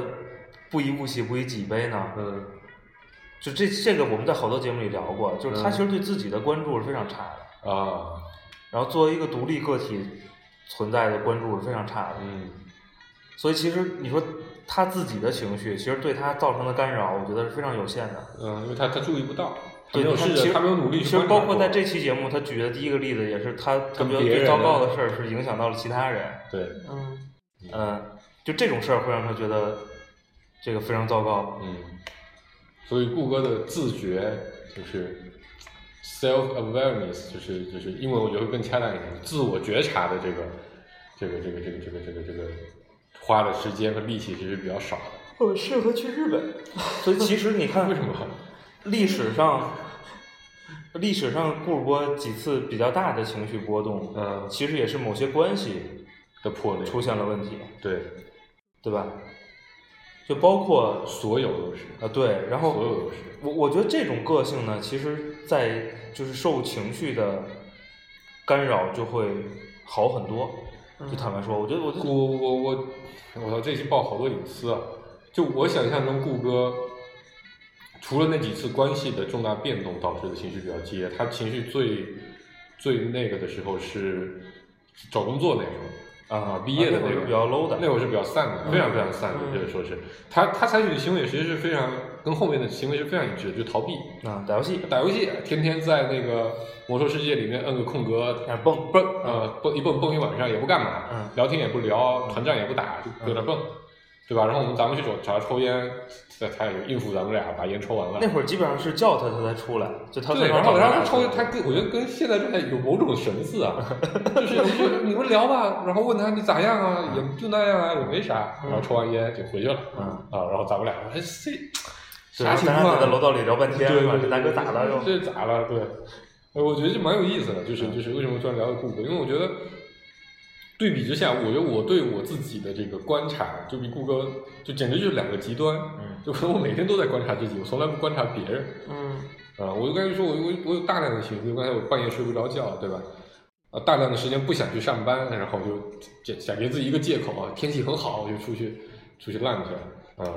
C: 不以物喜，不以己悲呢，
D: 嗯
C: 就这这个我们在好多节目里聊过，就是他
D: 嗯
C: 其实对自己的关注是非常差的，
D: 啊，
C: 然后作为一个独立个体存在的关注是非常差的，
D: 嗯
C: 所以其实你说他自己的情绪，其实对他造成的干扰，我觉得是非常有限的。
D: 嗯，因为他他注意不到，他
C: 对，
D: 没有
C: 你看
D: 试
C: 其
D: 着，
C: 实
D: 他没有努力去
C: 其实
D: 观察
C: 包括
D: 过
C: 在这期节目，他举的第一个例子也是他，他
D: 跟
C: 觉得
D: 别
C: 最
D: 人
C: 糟
D: 的
C: 糕的事儿是影响到了其他人。
D: 对，
B: 嗯
C: 嗯，就这种事儿会让他觉得这个非常糟糕。
D: 嗯，所以顾哥的自觉就是 self awareness，就是就是英文我觉得会更恰当一点，自我觉察的这个这个这个这个这个这个这个花的时间和力气其实比较少的，
B: 我哦适合去日本，
C: 所以其实你看，
D: 为什么？
C: 历史上历史上顾波几次比较大的情绪波动，呃
D: 嗯
C: 其实也是某些关系
D: 的破裂
C: 出现了问题，
D: 对，
C: 对吧？就包括
D: 所有都是，
C: 啊，对，然
D: 所有
C: 后
D: 都是，
C: 我我觉得这种个性呢，其实在就是受情绪的干扰就会好很多。
B: 嗯
C: 就坦白说，我觉得我就
D: 我我我，我操，这期爆好多隐私啊！就我想象中，顾哥除了那几次关系的重大变动导致的情绪比较激烈，他情绪最最那个的时候是找工作那时候
C: 啊
D: 毕业的
C: 那会
D: 那
C: 儿
D: 个
C: 是比较 low 的
D: 那会儿是比较散的，非常非常散的，
B: 嗯
D: 这个说是他他采取的行为其实是非常跟后面的行为是非常一致的，就逃避。
C: 啊打游戏
D: 打游戏，天天在那个魔兽世界里面摁个空格，
C: 啊蹦
D: 蹦，呃，蹦一蹦蹦一晚上也不干嘛，
C: 嗯
D: 聊天也不聊，团战也不打，就搁那蹦，对吧？然后我们咱们去找找他抽烟，他他也应付咱们俩把烟抽完了
C: 那。会儿基本上是叫他，他才出来。就他
D: 对，然后然后他抽
C: 嗯
D: 烟，他跟我觉得跟现在状态有某种神似 啊，就是你说你们聊吧，然后问他你咋样啊，也就那样啊，也没啥，然后抽完烟就回去了，
C: 嗯
D: 啊，然后咱们俩哎这
C: 对
D: 啥情
C: 咱俩
D: 况啊？
C: 在楼道里聊半 天，
D: 对
C: 把
D: 对
C: 这
D: 对，
C: 大哥咋了又？
D: 这咋了？对，呃我觉得这蛮有意思的，就是就是为什么突然聊到顾哥，因为我觉得对比之下，我觉得我对我自己的这个观察，就比顾哥就简直就是两个极端。
C: 嗯
D: 就可能我每天都在观察自己，我从来不观察别人。
B: 嗯
D: 啊、我就刚才说我我我有大量的情绪，刚才我半夜睡不着觉，对吧？啊，大量的时间不想去上班，然后就想想给自己一个借口啊，天气很好，我就出去出去浪去了，啊、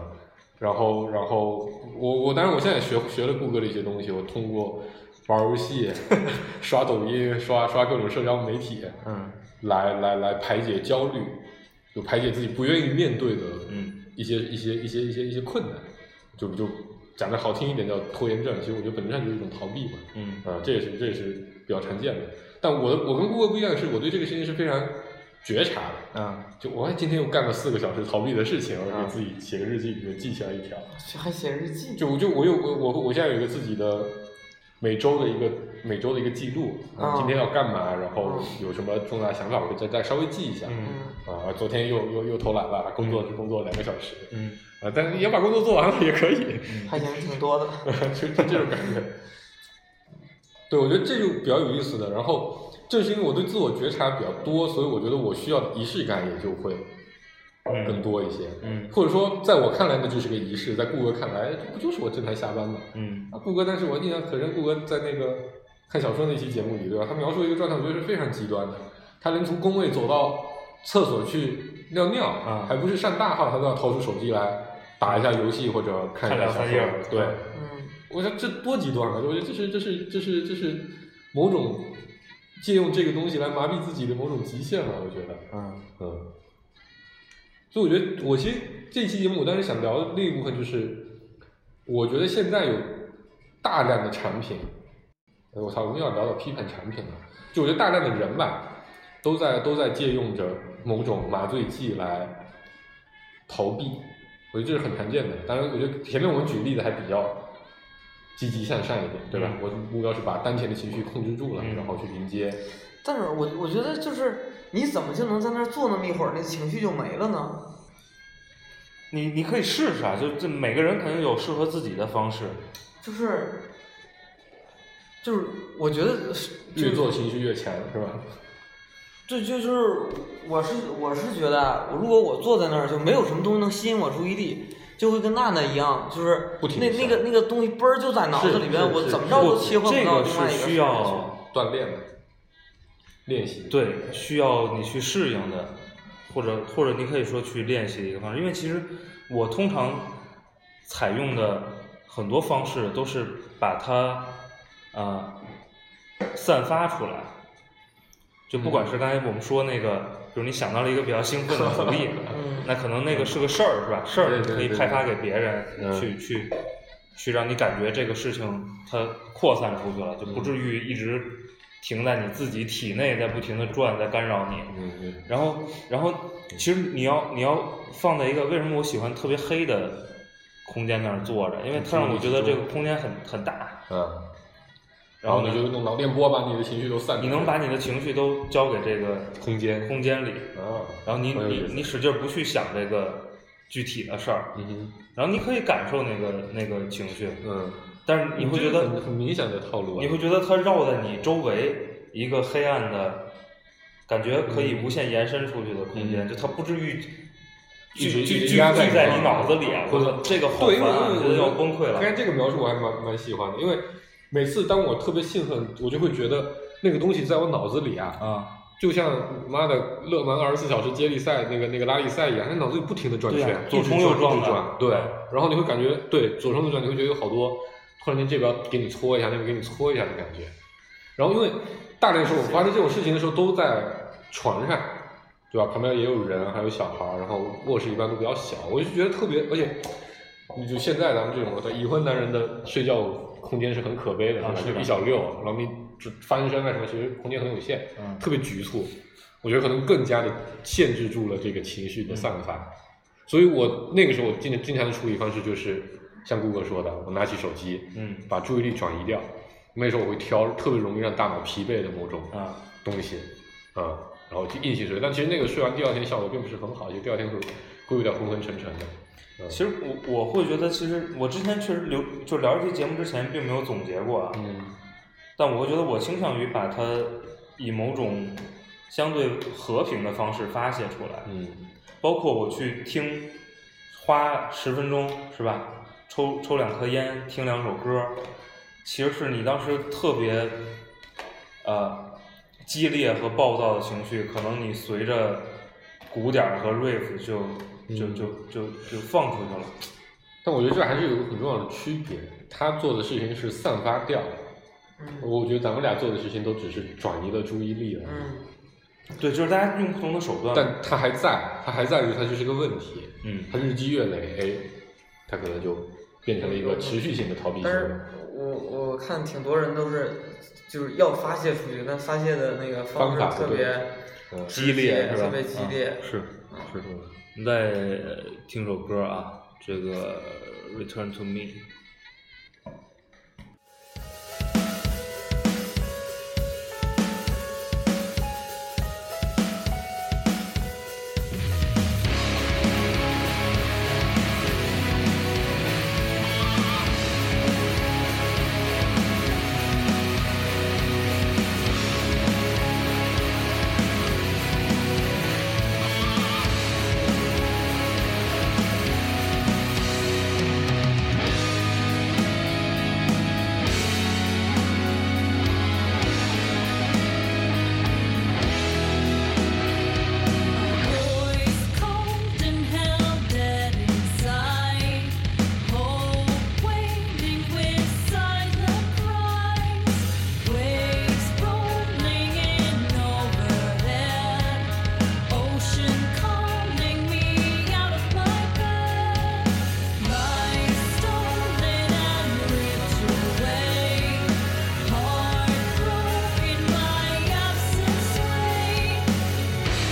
D: 然后，然后我我当然我现在也学学了谷歌的一些东西，我通过玩游戏、 刷抖音、刷刷各种社交媒体
C: 嗯
D: 来来来排解焦虑，就排解自己不愿意面对的
C: 嗯
D: 一些一些一些一些一些困难，就就讲的好听一点叫拖延症，其实我觉得本质上就是一种逃避嘛。
C: 嗯
D: 啊，这也是这也是比较常见的。但我的我跟顾客不一样的是，我对这个事情是非常觉察的。
C: 啊，
D: 就我哎今天又干了四个小时逃避的事情，我
C: 啊
D: 给自己写个日记，给它记下来一条。
B: 这还写日记，
D: 就我就我有我我我现在有一个自己的每周的一个每周的一个记录，
B: 啊
D: 今天要干嘛，然后
B: 嗯
D: 有什么重大想法，我会再再稍微记一下。
C: 嗯
B: 嗯，
D: 啊，昨天又又又偷懒了，工作只工作两个小时，
C: 嗯
D: 啊，但是也把工作做完了也可以。
B: 还行，挺多的。
D: 就就这种感觉。对，我觉得这就比较有意思的。然后正是因为我对自我觉察比较多，所以我觉得我需要的仪式感也就会更多一些。
C: 嗯
D: 或者说，在我看来那就是个仪式，在顾哥看来，哎这不就是我正常下班吗？
C: 嗯
D: 啊，顾哥，但是我印象可深，顾哥在那个看小说那期节目里，对吧？他描述一个状态，我觉得是非常极端的。他连从工位走到厕所去尿尿，
C: 啊
D: 还不是上大号，他都要掏出手机来打一下游戏或者看一
C: 看
D: 下
C: 两
D: 小
C: 三
D: 说
C: 页儿。啊
D: 对，
B: 嗯，
D: 我想这多极端了！啊我觉得这是这是这是这是某种借用这个东西来麻痹自己的某种极限了，我觉得，
C: 嗯
D: 嗯。所以我觉得我其实这期节目我当时想聊的另一部分就是，我觉得现在有大量的产品，哎我操，我们要聊到批判产品了。就我觉得大量的人吧，都在都在借用着某种麻醉剂来逃避，我觉得这是很常见的。当然，我觉得前面我们举例子还比较积极向上一点，对吧？
C: 嗯
D: 我的目标是把当前的情绪控制住了，
C: 嗯
D: 然后去迎接。
B: 但是我我觉得就是你怎么就能在那儿坐那么一会儿，那情绪就没了呢？
C: 你你可以试试啊，就这每个人肯定有适合自己的方式。
B: 就是就是，我觉得是
D: 越做情绪越强，是吧？
B: 这就就是我是我是觉得啊，我如果我坐在那儿就没有什么东西能吸引我注意力，就会跟娜娜一样，就是
D: 不停
B: 那
D: 地
B: 那个那个东西嘣儿就在脑子里边，
D: 是是
B: 我
D: 是
B: 怎么
D: 是
B: 着都
C: 不，
B: 切换
C: 这
B: 不到
C: 个
B: 另外一个
C: 是需
B: 事情去
C: 要
D: 锻炼的，练习。，
C: 对，需要你去适应的，或者或者你可以说去练习的一个方式。因为其实我通常采用的很多方式都是把它呃散发出来，就不管是刚才我们说那个，比如你想到了一个比较兴奋的主意，
B: 嗯
C: 那可能那个是个事儿是吧？事儿
D: 对
C: 你
D: 对
C: 可以
D: 对
C: 派发
D: 对
C: 给别人
D: 嗯
C: 去去。去让你感觉这个事情它扩散出去了，就不至
D: 嗯
C: 于一直停在你自己体内在不停的转，在干扰你。
D: 嗯嗯
C: 然后，然后其实你要你要放在一个为什么我喜欢特别黑的空间那儿坐着，因为它让我觉得这个空间很很大，
D: 啊，
C: 然
D: 然
C: 后
D: 后你就用脑电波把你的情绪都散出
C: 你
D: 去。
C: 能把你的情绪都交给这个
D: 空间
C: 空间里，
D: 啊，
C: 然后你
D: 很有意
C: 你
D: 思
C: 你使劲儿不去想这个具体的事儿，
D: 嗯
C: 然后你可以感受那个那个情绪，
D: 哼嗯，
C: 但是你会觉得
D: 很很明显的套路啊，
C: 你会觉得它绕在你周围一个黑暗的感觉，可以无限延伸出去的空间，
D: 嗯
C: 就它不至于
D: 一
C: 聚
D: 直
C: 聚
D: 一
C: 聚
D: 直
C: 聚
D: 压在你
C: 在
D: 脑
C: 你脑子里啊！我操，这个好
D: 对，因
C: 烦
D: 为
C: 啊，
D: 因
C: 我
D: 为
C: 觉得
D: 我
C: 要崩溃
D: 刚才
C: 了。
D: 这个描述我还蛮蛮喜欢的，因为每次当我特别兴奋，我就会觉得那个东西在我脑子里啊，
C: 啊，
D: 就像妈的勒芒二十四小时接力赛那个那个拉力赛一样，它脑子里不停的转
C: 对啊
D: 圈，
C: 左
D: 一直
C: 冲右
D: 一直
C: 撞的
D: 转，对，然后你会感觉对左冲右转，你会觉得有好多突然间这边给你搓一下，那边给你搓一下的感觉。然后因为大连时候我发生这种事情的时候都在船上，对吧？旁边也有人，还有小孩儿，然后卧室一般都比较小，我就觉得特别，而且你就现在咱们这种已婚男人的睡觉空间是很可悲的，
C: 啊
D: 对吧
C: 是的
D: 就一小溜，然后你只翻身啊什么，其实空间很有限，
C: 嗯
D: 特别局促。我觉得可能更加的限制住了这个情绪的散发。所以我那个时候我经经常的处理方式就是像顾哥说的，我拿起手机，
C: 嗯
D: 把注意力转移掉。那时候我会挑特别容易让大脑疲惫的某种
C: 啊
D: 东西，啊、然后去硬性睡。但其实那个睡完第二天效果并不是很好，就第二天会会有点昏昏沉沉的。嗯
C: 其实我我会觉得，其实我之前确实留就聊这期节目之前并没有总结过啊，
D: 嗯
C: 但我会觉得我倾向于把它以某种相对和平的方式发泄出来。
D: 嗯
C: 包括我去听，花十分钟是吧？抽抽两颗烟，听两首歌，其实是你当时特别，呃，激烈和暴躁的情绪，可能你随着鼓点儿和 riff 就就就就就放出去了。
D: 但我觉得这还是有一个很重要的区别，他做的事情是散发掉，
B: 嗯
D: 我觉得咱们俩做的事情都只是转移了注意力了，
B: 嗯
C: 对，就是大家用不同的手段，
D: 但他还在，他还在于它就是个问题，
C: 嗯，
D: 它日积月累，哎，它可能就变成了一个持续性的逃避行
B: 但
D: 为
B: 是。我我看挺多人都是就是要发泄出去，但发泄的那个方
D: 方
B: 式
D: 法
B: 特
D: 不对
B: 别
D: 嗯
C: 激烈是吧？
B: 特别激烈
C: 啊是
B: 嗯
C: 是。我们再呃听首歌啊，这个《Return to Me》。
F: Always cold and held dead inside, hope waiting with silent cries, waves rolling in overhead, ocean calling me out of my bed, life stolen and ripped away, heartbroken my absence way.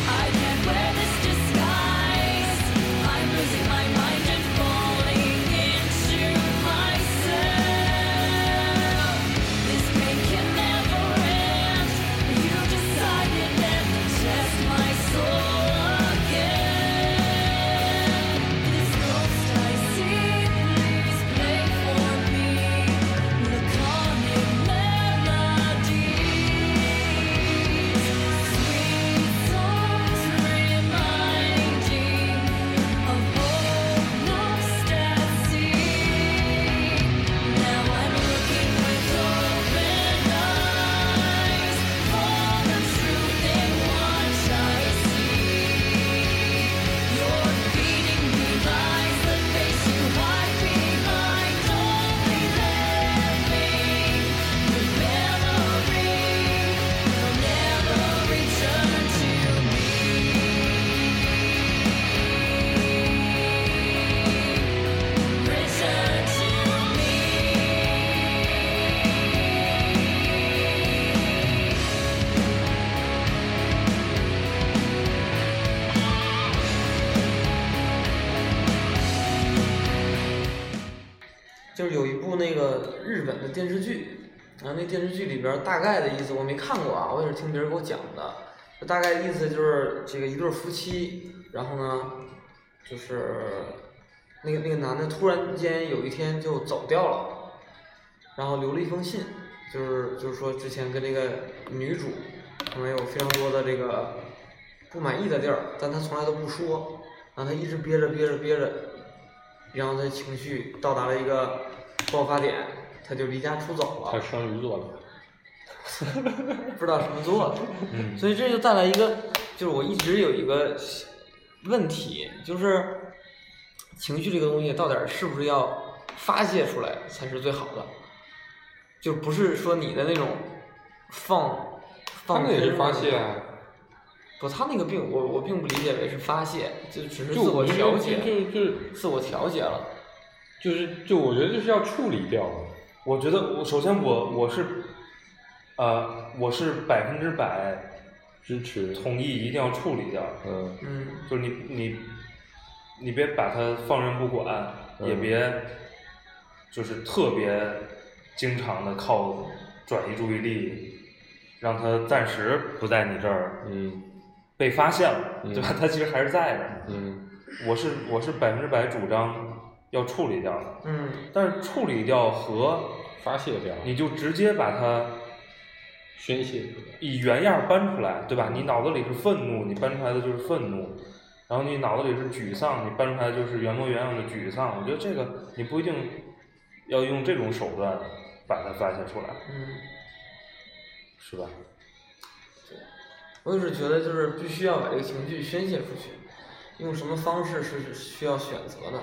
F: I can't wear this disguise. I'm losing my mind and falling into myself. This pain can never end. You decided never test my soul again. This ghost I see, please play for me. Laconic melodies. Sweet songs reminding of hope lost at sea. Now I'm looking with open eyes for the truth in what I see. You're feeding me lies, the face you hide behind, only living with memory. Will never return to me. Return to me.
B: 就是有一部那个日本的电视剧，然后那电视剧里边儿大概的意思我没看过啊，我也是听别人给我讲的，就大概意思就是这个一对儿夫妻，然后呢，就是那个那个男的突然间有一天就走掉了，然后留了一封信，就是就是说之前跟这个女主可能有非常多的这个不满意的地儿，但他从来都不说，然后他一直憋着憋着憋着，然后他情绪到达了一个爆发点，他就离家出走
D: 他
B: 了
D: 是，双鱼座的，
B: 不知道什么做的，
D: 嗯
B: 所以这就带来一个，就是我一直有一个问题，就是情绪这个东西到底儿是不是要发泄出来才是最好的，就不是说你的那种放
D: 他
B: 放
D: 们也
B: 飞
D: 是发
B: 那
D: 泄
B: 种
D: 啊，
B: 不，他那个并我我并不理解为是发泄，就只是
D: 就
B: 自我
D: 就
B: 调节，
D: 就就
B: 自我调节了。
D: 就是就我觉得就是要处理掉的，
C: 我觉得我首先我我是，呃，我是百分之百
D: 支持，
C: 同意一定要处理掉，
D: 嗯
B: 嗯
C: 就是你你你别把它放任不管，
D: 嗯
C: 也别就是特别经常的靠转移注意力，让它暂时不在你这儿
D: 嗯
C: 被发现了，
D: 嗯
C: 对吧？它其实还是在的。
D: 嗯
C: 我是我是百分之百主张要处理掉的，
B: 嗯
C: 但是处理掉和
D: 发泄掉，
C: 你就直接把它
D: 宣泄，
C: 以原样儿搬出来，对吧？你脑子里是愤怒，你搬出来的就是愤怒；然后你脑子里是沮丧，你搬出来就是原模原样的沮丧。我觉得这个你不一定要用这种手段把它发泄出来，
B: 嗯，
C: 是吧？
B: 我也是觉得就是必须要把这个情绪宣泄出去，用什么方式是需要选择的。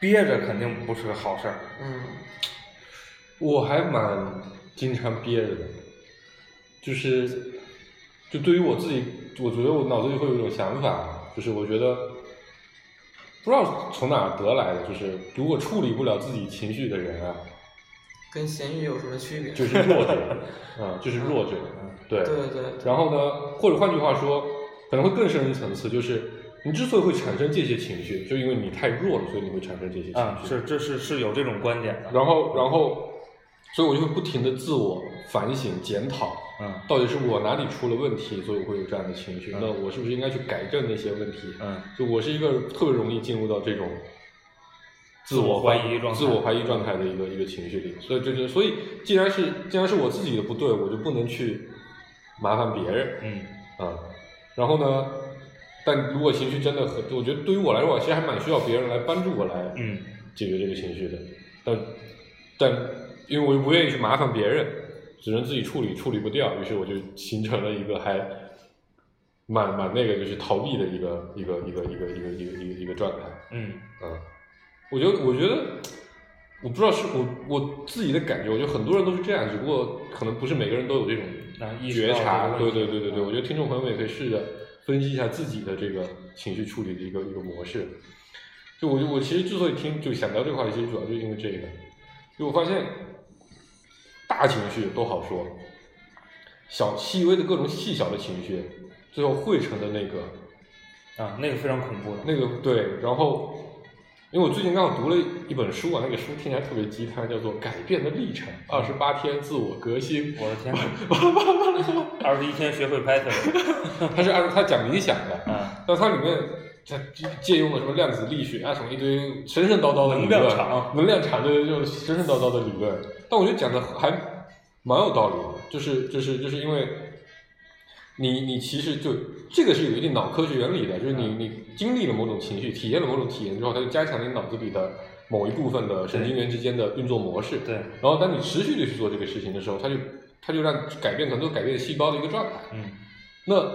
C: 憋着肯定不是个好事儿。
B: 嗯
D: 我还蛮经常憋着的，就是就对于我自己，我觉得我脑子里会有一种想法，就是我觉得不知道从哪儿得来的，就是如果处理不了自己情绪的人啊，
B: 跟咸鱼有什么区别？
D: 就是弱者， 嗯，就是弱者，对。
B: 对对对，
D: 然后呢，或者换句话说，可能会更深一层次，就是你之所以会产生这些情绪，就因为你太弱了，所以你会产生这些情绪。
C: 啊，是，这是是有这种观点的。
D: 然后，然后，所以我就会不停的自我反省、检讨，
C: 嗯
D: 到底是我哪里出了问题，所以我会有这样的情绪。
C: 嗯
D: 那我是不是应该去改正那些问题？
C: 嗯，
D: 就我是一个特别容易进入到这种
C: 自我怀疑状态
D: 自我怀疑状态的一个一个情绪里。所以这就，所以既然是既然是我自己的不对，我就不能去麻烦别人。
C: 嗯
D: 啊、然后呢，但如果情绪真的很，我觉得对于我来说，其实还蛮需要别人来帮助我来
C: 嗯
D: 解决这个情绪的。但但因为我又不愿意去麻烦别人，只能自己处理，处理不掉，于是我就形成了一个还蛮蛮那个就是逃避的一个一个一个一个一个一个一个一个状态。
C: 嗯
D: 嗯，我觉得，我觉得，我不知道是我我自己的感觉，我觉得很多人都是这样，只不过可能不是每个人都有这种
C: 啊意识
D: 觉
C: 到这
D: 察。对
C: 个问题
D: 对对对对，
C: 嗯
D: 我觉得听众朋友们也可以试着分析一下自己的这个情绪处理的一个一个模式。就我我其实之所以听就想聊这个话题，其实主要就是因为这个，就我发现大情绪都好说，小细微的各种细小的情绪，最后汇成的那个
C: 啊，那个非常恐怖的。
D: 那个对，然后因为我最近刚好读了一本书啊，那个书听起来特别鸡汤，叫做《改变的历程：二十八天自我革新》。
C: 我的 天哪！二十一天学会 Python
D: 它是按它讲理想的，
C: 啊，
D: 但它里面它借用了什么量子力学啊，什么一堆神神叨叨的理
C: 能
D: 论
C: 量，场
D: 能量场，对对，就是神神叨叨的理论。但我觉得讲的还蛮有道理的，就是就是就是因为你你其实就这个是有一定脑科学原理的，就是你
C: 嗯
D: 你经历了某种情绪，体验了某种体验之后，它就加强你脑子里的某一部分的神经元之间的运作模式。
C: 对，
D: 然后当你持续的去做这个事情的时候，它就它就让改变很多改变细胞的一个状态。
C: 嗯
D: 那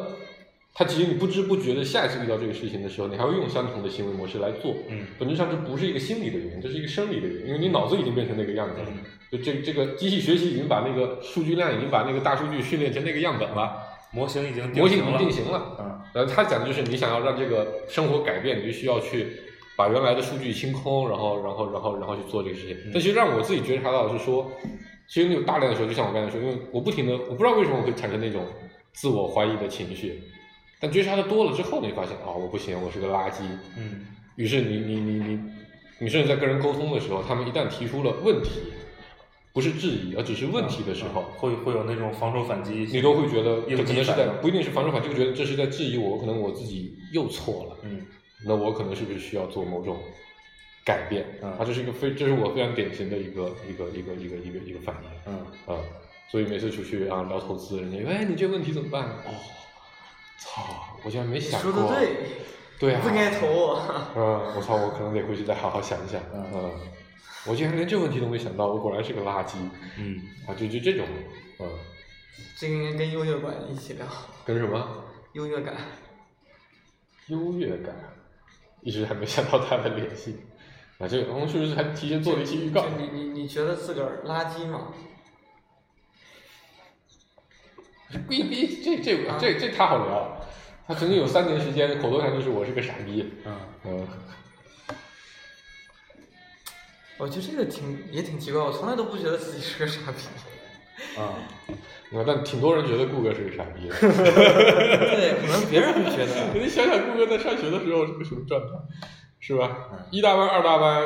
D: 它其实你不知不觉的下一次遇到这个事情的时候，你还会用相同的行为模式来做。
C: 嗯
D: 本质上这不是一个心理的原因，这是一个生理的原因，因为你脑子已经变成那个样子了。
C: 嗯
D: 就这这个机器学习已经把那个数据量已经把那个大数据训练成那个样本了，
C: 模型已经定
D: 模型已
C: 型
D: 经
C: 了。
D: 定型了。
C: 啊，
D: 然后他讲的就是你想要让这个生活改变，你就需要去把原来的数据清空，然后然后然后然后去做这个事情。
C: 嗯
D: 但其实让我自己觉察到的是说，其实你有大量的时候，就像我刚才说，因为我不停的，我不知道为什么会产生那种自我怀疑的情绪，但觉察的多了之后呢，你发现啊、我不行，我是个垃圾。
C: 嗯
D: 于是你你你你，你甚至在跟人沟通的时候，他们一旦提出了问题，不是质疑，而只是问题的时候，
C: 啊会会有那种防守反击，
D: 嗯你都会觉得
C: 应
D: 这可能
C: 激
D: 是
C: 反
D: 在
C: 应。
D: 不一定是防守反，就觉得这是在质疑我，可能我自己又错了，
C: 嗯
D: 那我可能是不是需要做某种改变？
C: 嗯
D: 啊，这是一个非，这是我非常典型的一个一个一个一个一个一个反应
C: 嗯，
D: 啊、所以每次出去啊聊投资，人家哎你这问题怎么办？哦，操，我竟然没
B: 你
D: 想
B: 说
D: 过，
B: 的对，
D: 对啊，
B: 不应该投我。
D: 嗯，我操，我可能得回去再好好想一想。
C: 嗯
D: 嗯，我竟然连这问题都没想到，我果然是个垃圾
C: 嗯，
D: 啊！就就这种，嗯，
B: 这个应该跟优越感一起聊，
D: 跟什么
B: 优越感。
D: 优越感，啊一直还没想到它的联系啊！这个我们是不是还提前做了一期预告
B: 就？你你你觉得自个儿垃圾吗？
D: 逼逼，这这这这太好聊。他曾经有三年时间，口头禅就是“我是个傻逼”。
C: 啊，
D: 嗯，
B: 我觉得这个挺也挺奇怪，我从来都不觉得自己是个傻逼。
C: 啊，
D: 啊，但挺多人觉得顾哥是个傻逼的。
B: 对，可能别人会觉得。
D: 你想想，顾哥在上学的时候是个什么状态，是吧？一大班、二大班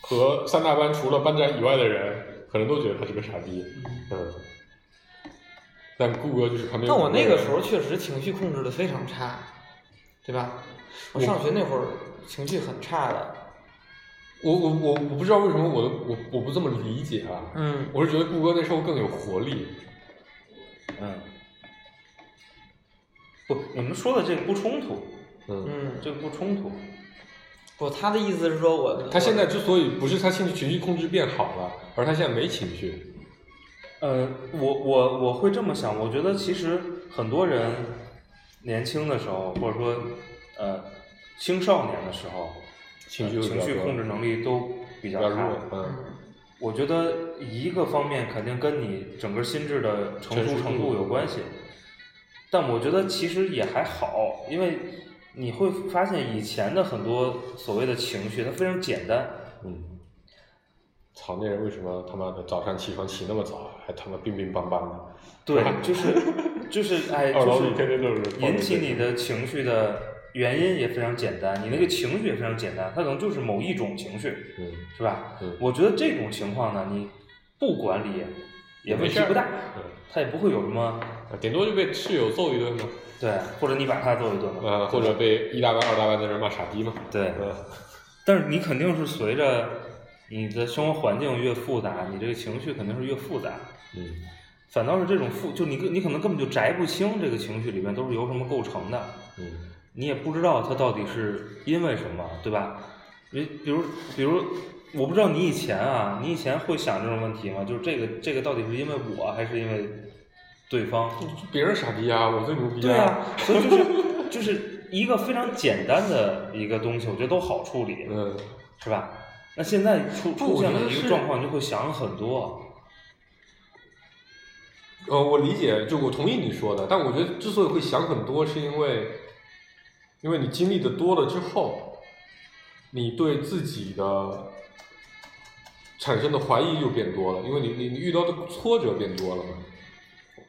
D: 和三大班，除了班长以外的人，可能都觉得他是个傻逼。嗯。但顾哥就是旁边。
B: 但我那个时候，确实情绪控制的非常差，对吧？我上学那会儿情绪很差的。
D: 我我我我不知道为什么我的我我不这么理解啊。
B: 嗯，
D: 我是觉得顾哥那时候更有活力。
C: 嗯，不，你们说的这个不冲突，
D: 嗯。
B: 嗯，
C: 这个不冲突。
B: 不，他的意思是说我
D: 嗯他现在之所以不是他情绪情绪控制变好了，而他现在没情绪。
C: 呃，我我我会这么想，我觉得其实很多人年轻的时候，或者说呃青少年的时候，
D: 情绪会比
C: 情
D: 较
C: 绪控制能力都比
D: 比
C: 较
D: 较
C: 差
D: 弱，。嗯，
C: 我觉得一个方面肯定跟你整个心智的成熟程度有关系，但我觉得其实也还好，因为你会发现以前的很多所谓的情绪，它非常简单。
D: 嗯，操，那人为什么他妈的早上起床起那么早，啊还他妈乒乒乓乓的？
C: 对，就是就是哎，
D: 二
C: 就
D: 老李天天都是
C: 是引起你的情绪的原因也非常简单，你那个情绪也非常简单，它可能就是某一种情绪，
D: 嗯，
C: 是吧？
D: 嗯
C: 我觉得这种情况呢，你不管理也问题不大，
D: 嗯，啊
C: 它也不会有什么
D: 顶多就被室友揍一顿嘛，
C: 对，或者你把他揍一顿嘛，
D: 呃，或者被一大班、二大班在那骂傻逼嘛，
C: 对。
D: 嗯，
C: 但是你肯定是随着你的生活环境越复杂，你这个情绪肯定是越复杂。
D: 嗯，
C: 反倒是这种复，就你你可能根本就摘不清这个情绪里面都是由什么构成的，
D: 嗯，
C: 你也不知道它到底是因为什么，对吧？比比如比如，我不知道你以前啊，你以前会想这种问题吗？就是这个这个到底是因为我还是因为对方？
D: 别人傻逼啊，我最牛逼
C: 对啊，所以就是就是一个非常简单的一个东西，我觉得都好处理。
D: 嗯，
C: 是吧？那现在出
D: 不
C: 出现
D: 我
C: 了
D: 觉得
C: 一
D: 是
C: 个状况，你就会想很多。
D: 呃，我理解，就我同意你说的，但我觉得之所以会想很多，是因为，因为你经历的多了之后，你对自己的产生的怀疑就变多了，因为你你你遇到的挫折变多了嘛。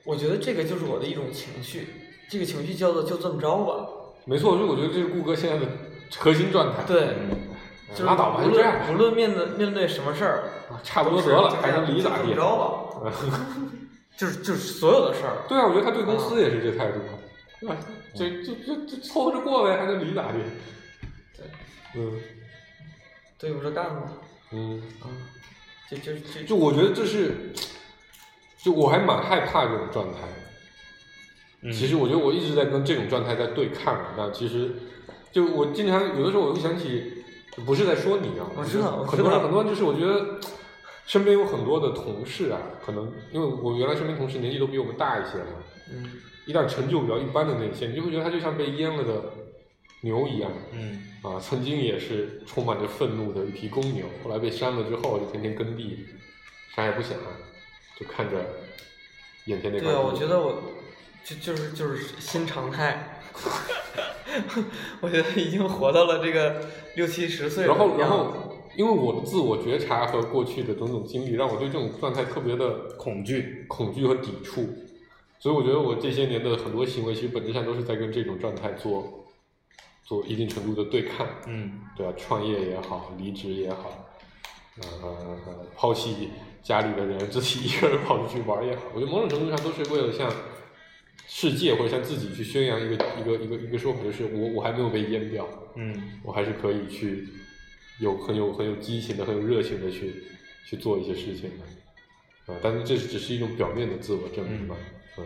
B: 我觉得这个就是我的一种情绪，这个情绪叫做就这么着吧。
D: 没错，就我觉得这是顾哥现在的核心状态。
B: 对，
D: 嗯，
B: 就是
D: 拉倒吧，
B: 无
D: 就这样
B: 论
D: 吧，
B: 无论面对面对什么事儿，
D: 啊差不多得
B: 都
D: 了，
B: 是
D: 还能离咋
B: 就
D: 地
B: 这么？
D: 啊
B: 着吧，就是就是所有的事儿，
D: 对啊，我觉得他对公司也是这态度，啊对 吧？就就就就凑合着过呗，还能离咋地？ 嗯
B: 对我这干吧，
D: 嗯。
B: 嗯，就就就
D: 就我觉得这是，就我还蛮害怕这种状态。
C: 嗯，
D: 其实我觉得我一直在跟这种状态在对抗。那其实，就我经常有的时候我会想起，不是在说你啊，
B: 我知道
D: 就是很
B: 我知
D: 多
B: 道
D: 人很多人就是我觉得身边有很多的同事啊，可能因为我原来身边同事年纪都比我们大一些嘛，
B: 嗯，
D: 一旦成就比较一般的那些，你就会觉得他就像被阉了的牛一样。
C: 嗯
D: 啊，曾经也是充满着愤怒的一匹公牛，后来被删了之后就天天耕地，啥也不想，就看着眼前那块
B: 对啊，
D: 地。
B: 我觉得我就就是就是新常态， 我觉得已经活到了这个六七十岁了
D: 然
B: 一
D: 后
B: 样，
D: 然后，因为我的自我觉察和过去的种种经历，让我对这种状态特别的
C: 恐惧，
D: 恐惧和抵触，所以我觉得我这些年的很多行为，其实本质上都是在跟这种状态做做一定程度的对抗。
C: 嗯
D: 对吧？创业也好，离职也好，呃，抛弃家里的人，自己一个人跑出去玩也好，我觉得某种程度上都是为了向世界或者向自己去宣扬一个一个一个一个说法，就是我我还没有被淹掉，
C: 嗯
D: 我还是可以去有很有很有激情的、很有热情的去去做一些事情的，啊、但是这只是一种表面的自我证明吧，嗯。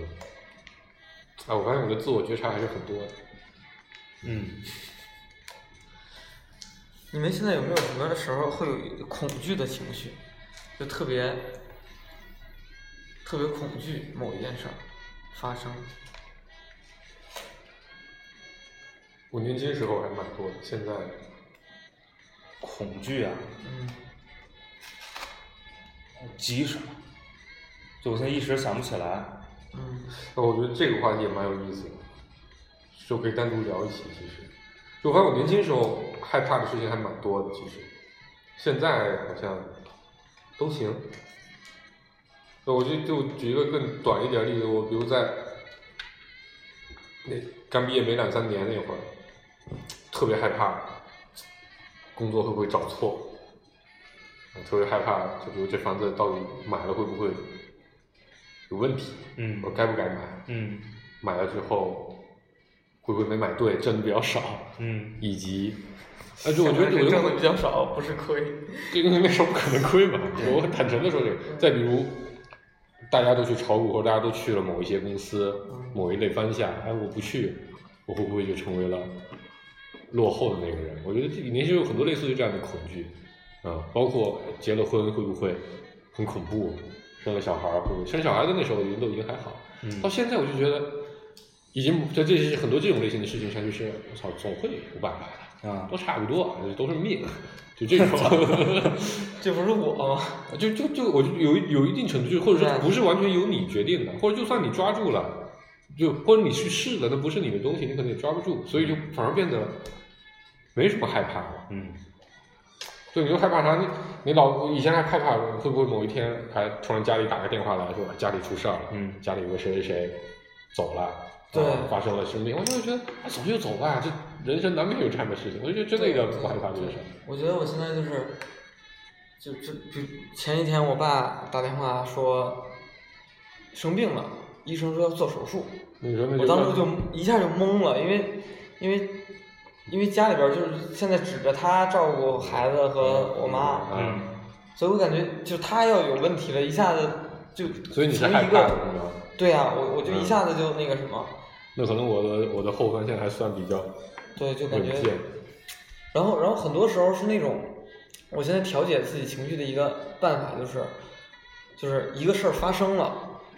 D: 啊，我发现我的自我觉察还是很多的。
C: 嗯，
B: 你们现在有没有什么时候会有恐惧的情绪，就特别特别恐惧某一件事儿发生？
D: 我年轻时候还蛮多的，现在
C: 恐惧啊，
B: 嗯，
C: 极少，就我现在一时想不起来。
B: 嗯，
D: 那呃我觉得这个话题也蛮有意思的，就可以单独聊一起。其实，就我发现我年轻时候害怕的事情还蛮多的，其实现在好像都行。那我就就举一个更短一点的例子，我比如在那刚毕业没两三年那会儿，特别害怕工作会不会找错，我特别害怕，就比如这房子到底买了会不会有问题，
C: 嗯
D: 我该不该买？
C: 嗯
D: 买了之后会不会没买对，挣的比较少，
C: 嗯
D: 以及，而呃且我觉得
B: 是
D: 我
B: 挣的比较少，不是亏。
D: 这个那时候不可能亏嘛，我很坦诚的说这个。再比如，大家都去炒股，或者大家都去了某一些公司、某一类方向，哎，我不去，我会不会就成为了落后的那个人？我觉得这里面就有很多类似于这样的恐惧，啊、包括结了婚会不会很恐怖，生了小孩儿会不会？生小孩的那时候我觉得都已经还好，
C: 嗯
D: 到现在我就觉得，已经在这些很多这种类型的事情上，就是我操，总会有办法的。
C: 啊
D: 都差不多，都是命，就这种。
B: 这不是我吗？
D: 就就就我就有一有一定程度，就或者
B: 对
D: 是不是完全由你决定的，或者就算你抓住了，就或者你去试了，那不是你的东西，你可能也抓不住，所以就反而变得没什么害怕了。
C: 嗯
D: 就你就害怕啥？你你老以前还害怕会不会某一天还突然家里打个电话来说哎家里出事儿了，
C: 嗯
D: 家里有个谁谁谁走了，
B: 对
D: 啊发生了生病，我就觉得啊走就走吧，这人生难免有这样的事情，我就真的有点不害怕这个事儿。
B: 我觉得我现在就是，就就比前几天我爸打电话说生病了，医生说要做手术，
D: 那你说那
B: 我当时就一下就懵了，因为因为因为家里边儿就是现在指着他照顾孩子和我妈，
D: 嗯，
C: 嗯
B: 所以我感觉就他要有问题了，一下子就
D: 所以你是
B: 从
D: 害
B: 一
D: 怕的
B: 个
D: 是吗？
B: 对呀、我我就一
D: 嗯
B: 下子就那个什么，
D: 那可能我的我的后方现在还算比较
B: 对，就感
D: 稳
B: 觉
D: 健，
B: 然后，然后很多时候是那种，我现在调节自己情绪的一个办法就是，就是一个事儿发生了，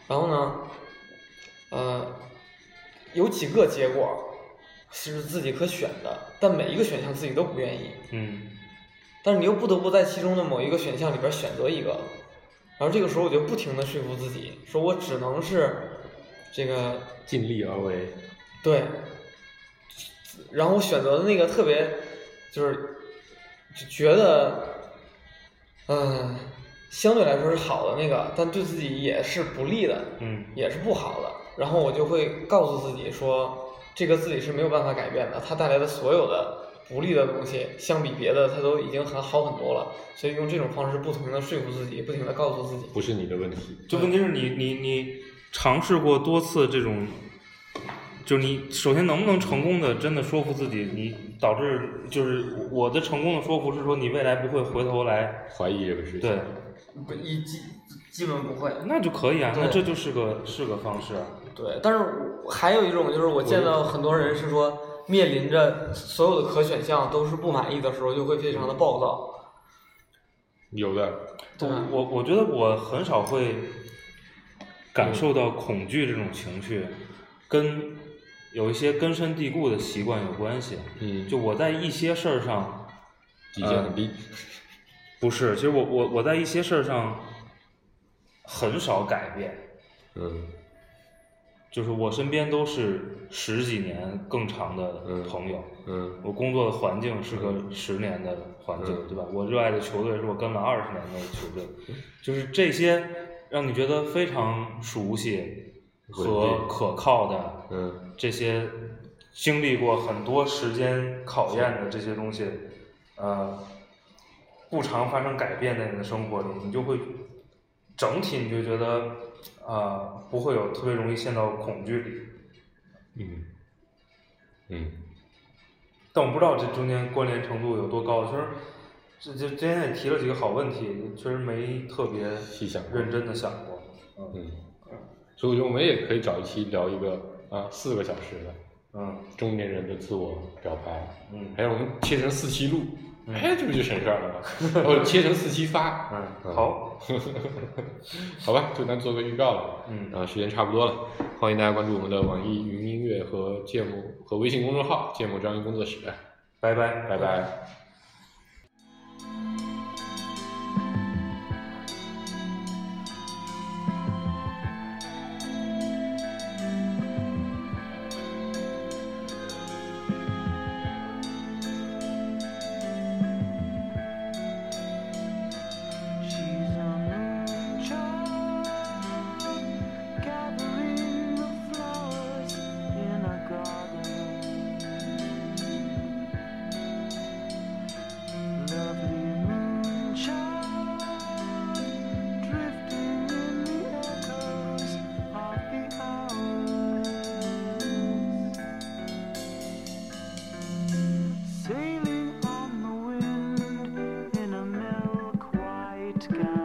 B: 然后呢，呃，有几个结果是自己可选的，但每一个选项自己都不愿意，
C: 嗯
B: 但是你又不得不在其中的某一个选项里边选择一个，然后这个时候我就不停的说服自己，说我只能是这个
D: 尽力而为。
B: 对，然后我选择的那个特别，就是就觉得，嗯，相对来说是好的那个，但对自己也是不利的，
C: 嗯
B: 也是不好的。然后我就会告诉自己说，这个自己是没有办法改变的，它带来的所有的不利的东西，相比别的，它都已经很好很多了。所以用这种方式不停的说服自己，不停的告诉自己，
D: 不是你的问题，
C: 就问题是你你你尝试过多次这种，就是你首先能不能成功的真的说服自己，你导致就是我的成功的说服是说你未来不会回头来，
D: 怀疑这个事情。
C: 对，
B: 不一基基本不会。
C: 那就可以啊，
B: 对
C: 那这就是个是个方式啊，
B: 对，但是我还有一种就是我见到很多人是说面临着所有的可选项都是不满意的时候，就会非常的暴躁。
D: 有的，
B: 对吧
C: 我我觉得我很少会感受到恐惧这种情绪，跟有一些根深蒂固的习惯有关系。
D: 嗯
C: 就我在一些事儿上，
D: 底线很低。
C: 不是，其实我我我在一些事儿上很少改变，
D: 嗯
C: 就是我身边都是十几年更长的
D: 嗯
C: 朋友。
D: 嗯
C: 我工作的环境是个十年的环境，
D: 嗯
C: 对吧？我热爱的球队是我跟了二十年的球队，就是这些让你觉得非常熟悉
D: 稳
C: 和
D: 定
C: 可靠的
D: 嗯
C: 这些经历过很多时间考验的这些东西，呃，不常发生改变在你的生活里，你就会整体你就觉得呃不会有特别容易陷到恐惧里。
D: 嗯嗯，
C: 但我不知道这中间关联程度有多高。其实，这这今天也提了几个好问题，确实没特别
D: 细想过
C: 认真的想过。嗯
D: 嗯，所以我觉得我们也可以找一期聊一个啊四个小时的
C: 嗯
D: 中年人的自我表白，
C: 嗯
D: 还有我们切成四期录，
C: 嗯
D: 哎，这不就省事儿了吗？或者切成四期发，
C: 嗯，好，
D: 好吧，就当做个预告了。然
C: 嗯
D: 后时间差不多了，欢迎大家关注我们的网易云音乐和芥末和微信公众号“芥末章鱼工作室”，
C: 拜拜
D: 拜拜。
E: She's a moonchild, gathering the flowers in a garden. Lovely moonchild, drifting in the echoes of the hours, sailing on the wind in a milk white gown.